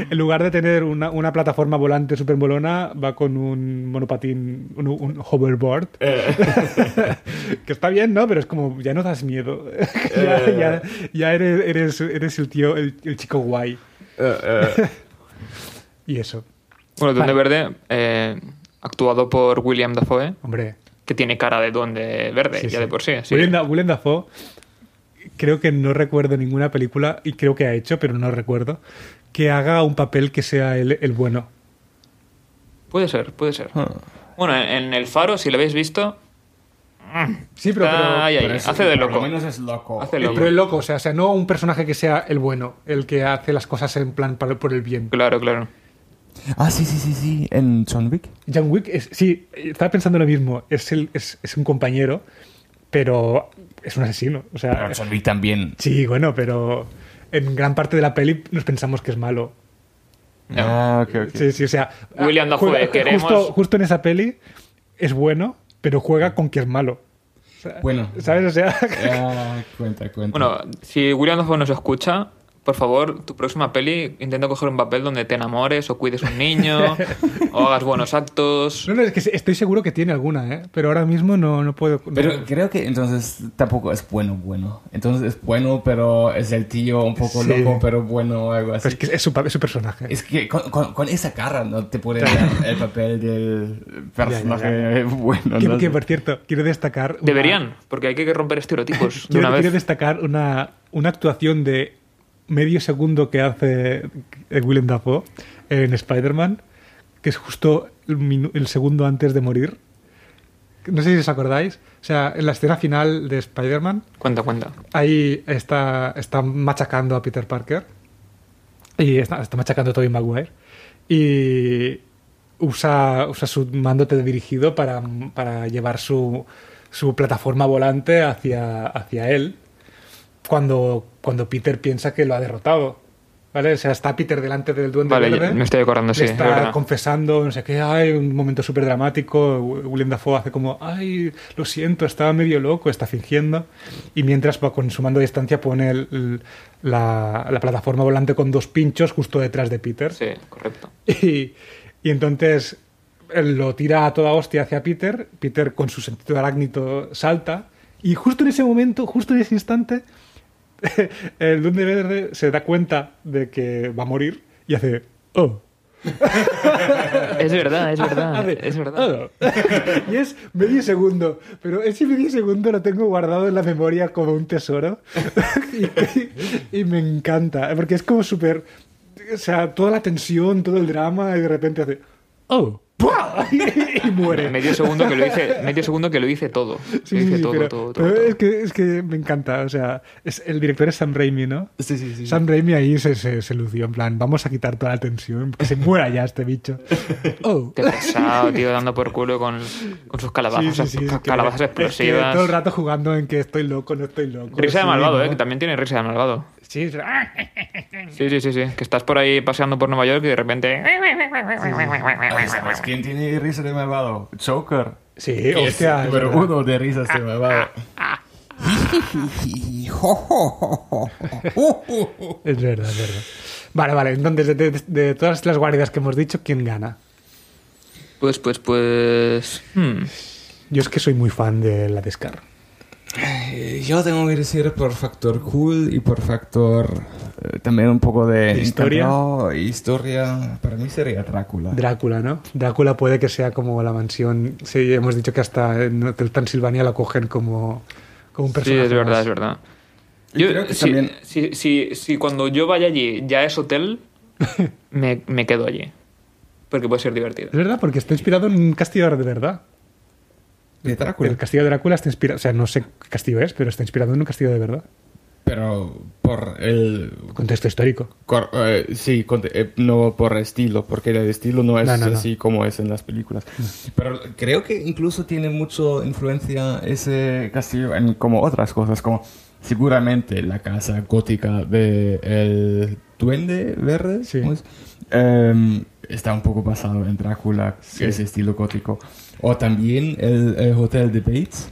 en lugar de tener una, una plataforma volante super molona, va con un monopatín, un, un hoverboard. Eh. que está bien, ¿no? Pero es como, ya no das miedo. ya Eh. ya- ya eres, eres, eres el tío, el, el chico guay. Eh, y eso, Bueno, el duende verde, eh, actuado por William Dafoe, hombre. que tiene cara de duende verde, Sí, ya sí. de por sí. sí. Willem Da- Willem Dafoe, creo que no recuerdo ninguna película, y creo que ha hecho, pero no recuerdo, que haga un papel que sea el, el bueno. Puede ser, puede ser. Ah. Ah. Bueno, en, en El Faro, si lo habéis visto, Sí, pero- pero, está ahí, ahí, pero es- hace de por lo loco. menos es loco. Hace El- loco. Pero el loco, o sea, o sea, no un personaje que sea el bueno, el que hace las cosas en plan para- por el bien. Claro, claro. Ah, sí, sí, sí, sí, en John Wick. John Wick, es- sí, estaba pensando lo mismo, es, el, es, es un compañero, pero es un asesino. O sea, Pero John Wick también. sí, bueno, pero en gran parte de la peli nos pensamos que es malo. No. Ah, ok, ok. Sí, sí, o sea, William ju- Dafoe, justo- queremos- justo, en esa peli es bueno, pero juega con que es malo. O sea, Bueno. ¿Sabes? O sea, Ah, cuenta, cuenta. Bueno, si William Dafoe nos escucha, por favor, tu próxima peli intenta coger un papel donde te enamores o cuides un niño o hagas buenos actos. no, no, es que estoy seguro que tiene alguna, ¿eh? pero ahora mismo no, no puedo. eh, Pero creo que entonces tampoco es bueno, bueno. Entonces es bueno, pero es el tío un poco Sí. loco, pero bueno, algo Pero así. es que es su, pa- es su personaje. Es que con, con- con esa cara no te puede dar el papel del personaje bueno. Que, ¿no? Pues, que, por cierto, quiero destacar. una- Deberían, porque hay que romper estereotipos de Quiero, una quiero vez. destacar una, una actuación de medio segundo que hace eh, Willem Dafoe en Spider-Man, que es justo el, minu- el segundo antes de morir. No sé si os acordáis. O sea, en la escena final de Spider-Man, Cuenta, cuenta. ahí está, está machacando a Peter Parker y está, está machacando a Tobey Maguire y usa, usa su mando dirigido para, para llevar su, su plataforma volante hacia, hacia él cuando, cuando Peter piensa que lo ha derrotado. ¿Vale? O sea, está Peter delante del duende Vale, verde. ya- me estoy acordando, le sí, es Está verdad. confesando, no sé qué, hay un momento súper dramático. Willem Dafoe hace como, ay, lo siento, estaba medio loco, está fingiendo. Y mientras va con su mando a distancia pone el- el- la, la plataforma volante con dos pinchos justo detrás de Peter. Sí, correcto. Y, y entonces él lo tira a toda hostia hacia Peter. Peter, con su sentido arácnito, salta. Y justo en ese momento, justo en ese instante, el Duende Verde se da cuenta de que va a morir y hace. ¡Oh! Es verdad, es verdad. Hace, es verdad. "Oh". y es medio segundo. Pero ese medio segundo lo tengo guardado en la memoria como un tesoro. y, y- y me encanta. Porque es como súper. O sea, toda la tensión, todo el drama, y de repente hace. ¡Oh! ¡Pua! y muere. Medio segundo que lo hice, medio segundo que lo hice todo. Sí, lo sí, hice sí, todo, pero, todo, todo, pero todo. Es, que, es que me encanta. O sea, es- el director es Sam Raimi, ¿no? Sí, sí, sí. Sam Raimi ahí se, se, se lució. En plan, vamos a quitar toda la tensión. Que se muera ya este bicho. ¡Oh! Qué pesado, tío, dando por culo con, con sus calabazas, es que- calabazas es que explosivas. todo el rato jugando en que estoy loco, no estoy loco. Risa de sí, malvado, ¿no? eh, que también tiene risa de malvado. Sí, es- ¡ah! Sí, sí, sí, sí. Que estás por ahí paseando por Nueva York y de repente. eh, Ay, ¿Sabes pues, quién tiene risas de malvado? Joker. sí Que es hostia. es número verdad. Ah, uno de risas de malvado. Es verdad, es verdad. Vale, vale. Entonces, de, de- de todas las guardias que hemos dicho, ¿quién gana? Pues, pues, pues. hmm. Yo es que soy muy fan de la de Scar. Eh, Yo tengo que decir por factor cool y por factor eh, también un poco de Historia. encantado, historia. Para mí sería Drácula. Drácula, ¿no? Drácula puede que sea como la mansión. Sí, hemos dicho que hasta en Hotel Transilvania la cogen como, como un Sí, personaje. es verdad, más. es verdad. Y Yo, creo que si, también- si- si- si cuando yo vaya allí ya es hotel, me, me quedo allí. Porque puede ser divertido. Es verdad, porque está inspirado en un castillo de verdad. De Drácula. El castillo de Drácula está inspirado. O sea, no sé qué castillo es, pero está inspirado en un castillo de verdad. Pero por el. Contexto histórico. Cor- eh, sí, con- eh, no por estilo, porque el estilo no es No, no, no. así como es en las películas. Pero creo que incluso tiene mucho influencia ese castillo en como otras cosas, como seguramente la casa gótica de el duende verde. Sí. ¿cómo es? Em, está un poco basado en Drácula, ese estilo gótico. O también el, eh, hotel de Bates,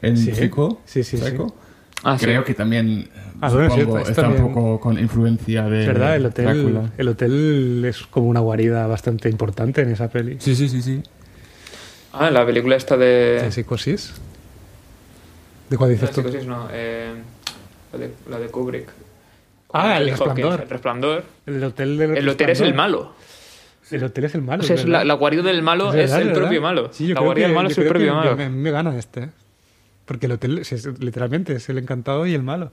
en Sí. Psycho. Sí, sí, Psycho. Ah, sí. creo que también eh, Ah, bueno, es supongo, cierto, es está también- un poco con influencia de Es verdad, el hotel, Drácula. el hotel es como una guarida bastante importante en esa peli. Sí, sí, sí, sí. Ah, la película esta de... ¿De psicosis? ¿De cuál dices La tú? psicosis no, eh, la, de, la de Kubrick. Ah, El Hopkins, Resplandor. El resplandor. El hotel, del El hotel es el malo. El hotel Ah, es el malo. O sea, es es la, verdad. la guarida del malo es, verdad, el verdad. propio malo. Sí, yo la creo guarida que- del malo yo es el creo que propio yo- malo. Me, me gana este. ¿eh? Porque el hotel, sí, es- literalmente, es el encantado y el malo.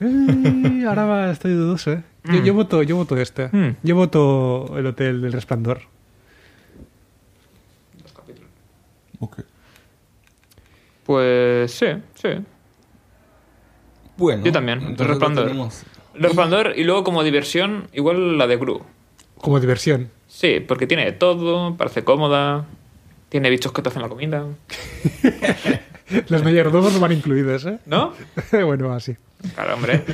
Eh, ahora va- estoy dudoso, ¿eh? Yo, yo voto, yo voto este. Mm. Yo voto el hotel del resplandor. Pues sí, sí. bueno. Yo también, entonces Resplandor. lo tenemos. El resplandor y luego como diversión, igual la de Gru. Como diversión. Sí, porque tiene de todo, parece cómoda, tiene bichos que te hacen la comida. Los mayordomos no van incluidos, ¿eh? ¿No? bueno, así. Claro, hombre.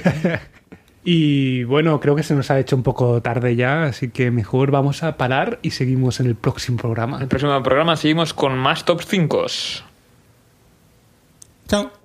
Y bueno, creo que se nos ha hecho un poco tarde ya, así que mejor vamos a parar y seguimos en el próximo programa. En el próximo programa seguimos con más top 5. Chao.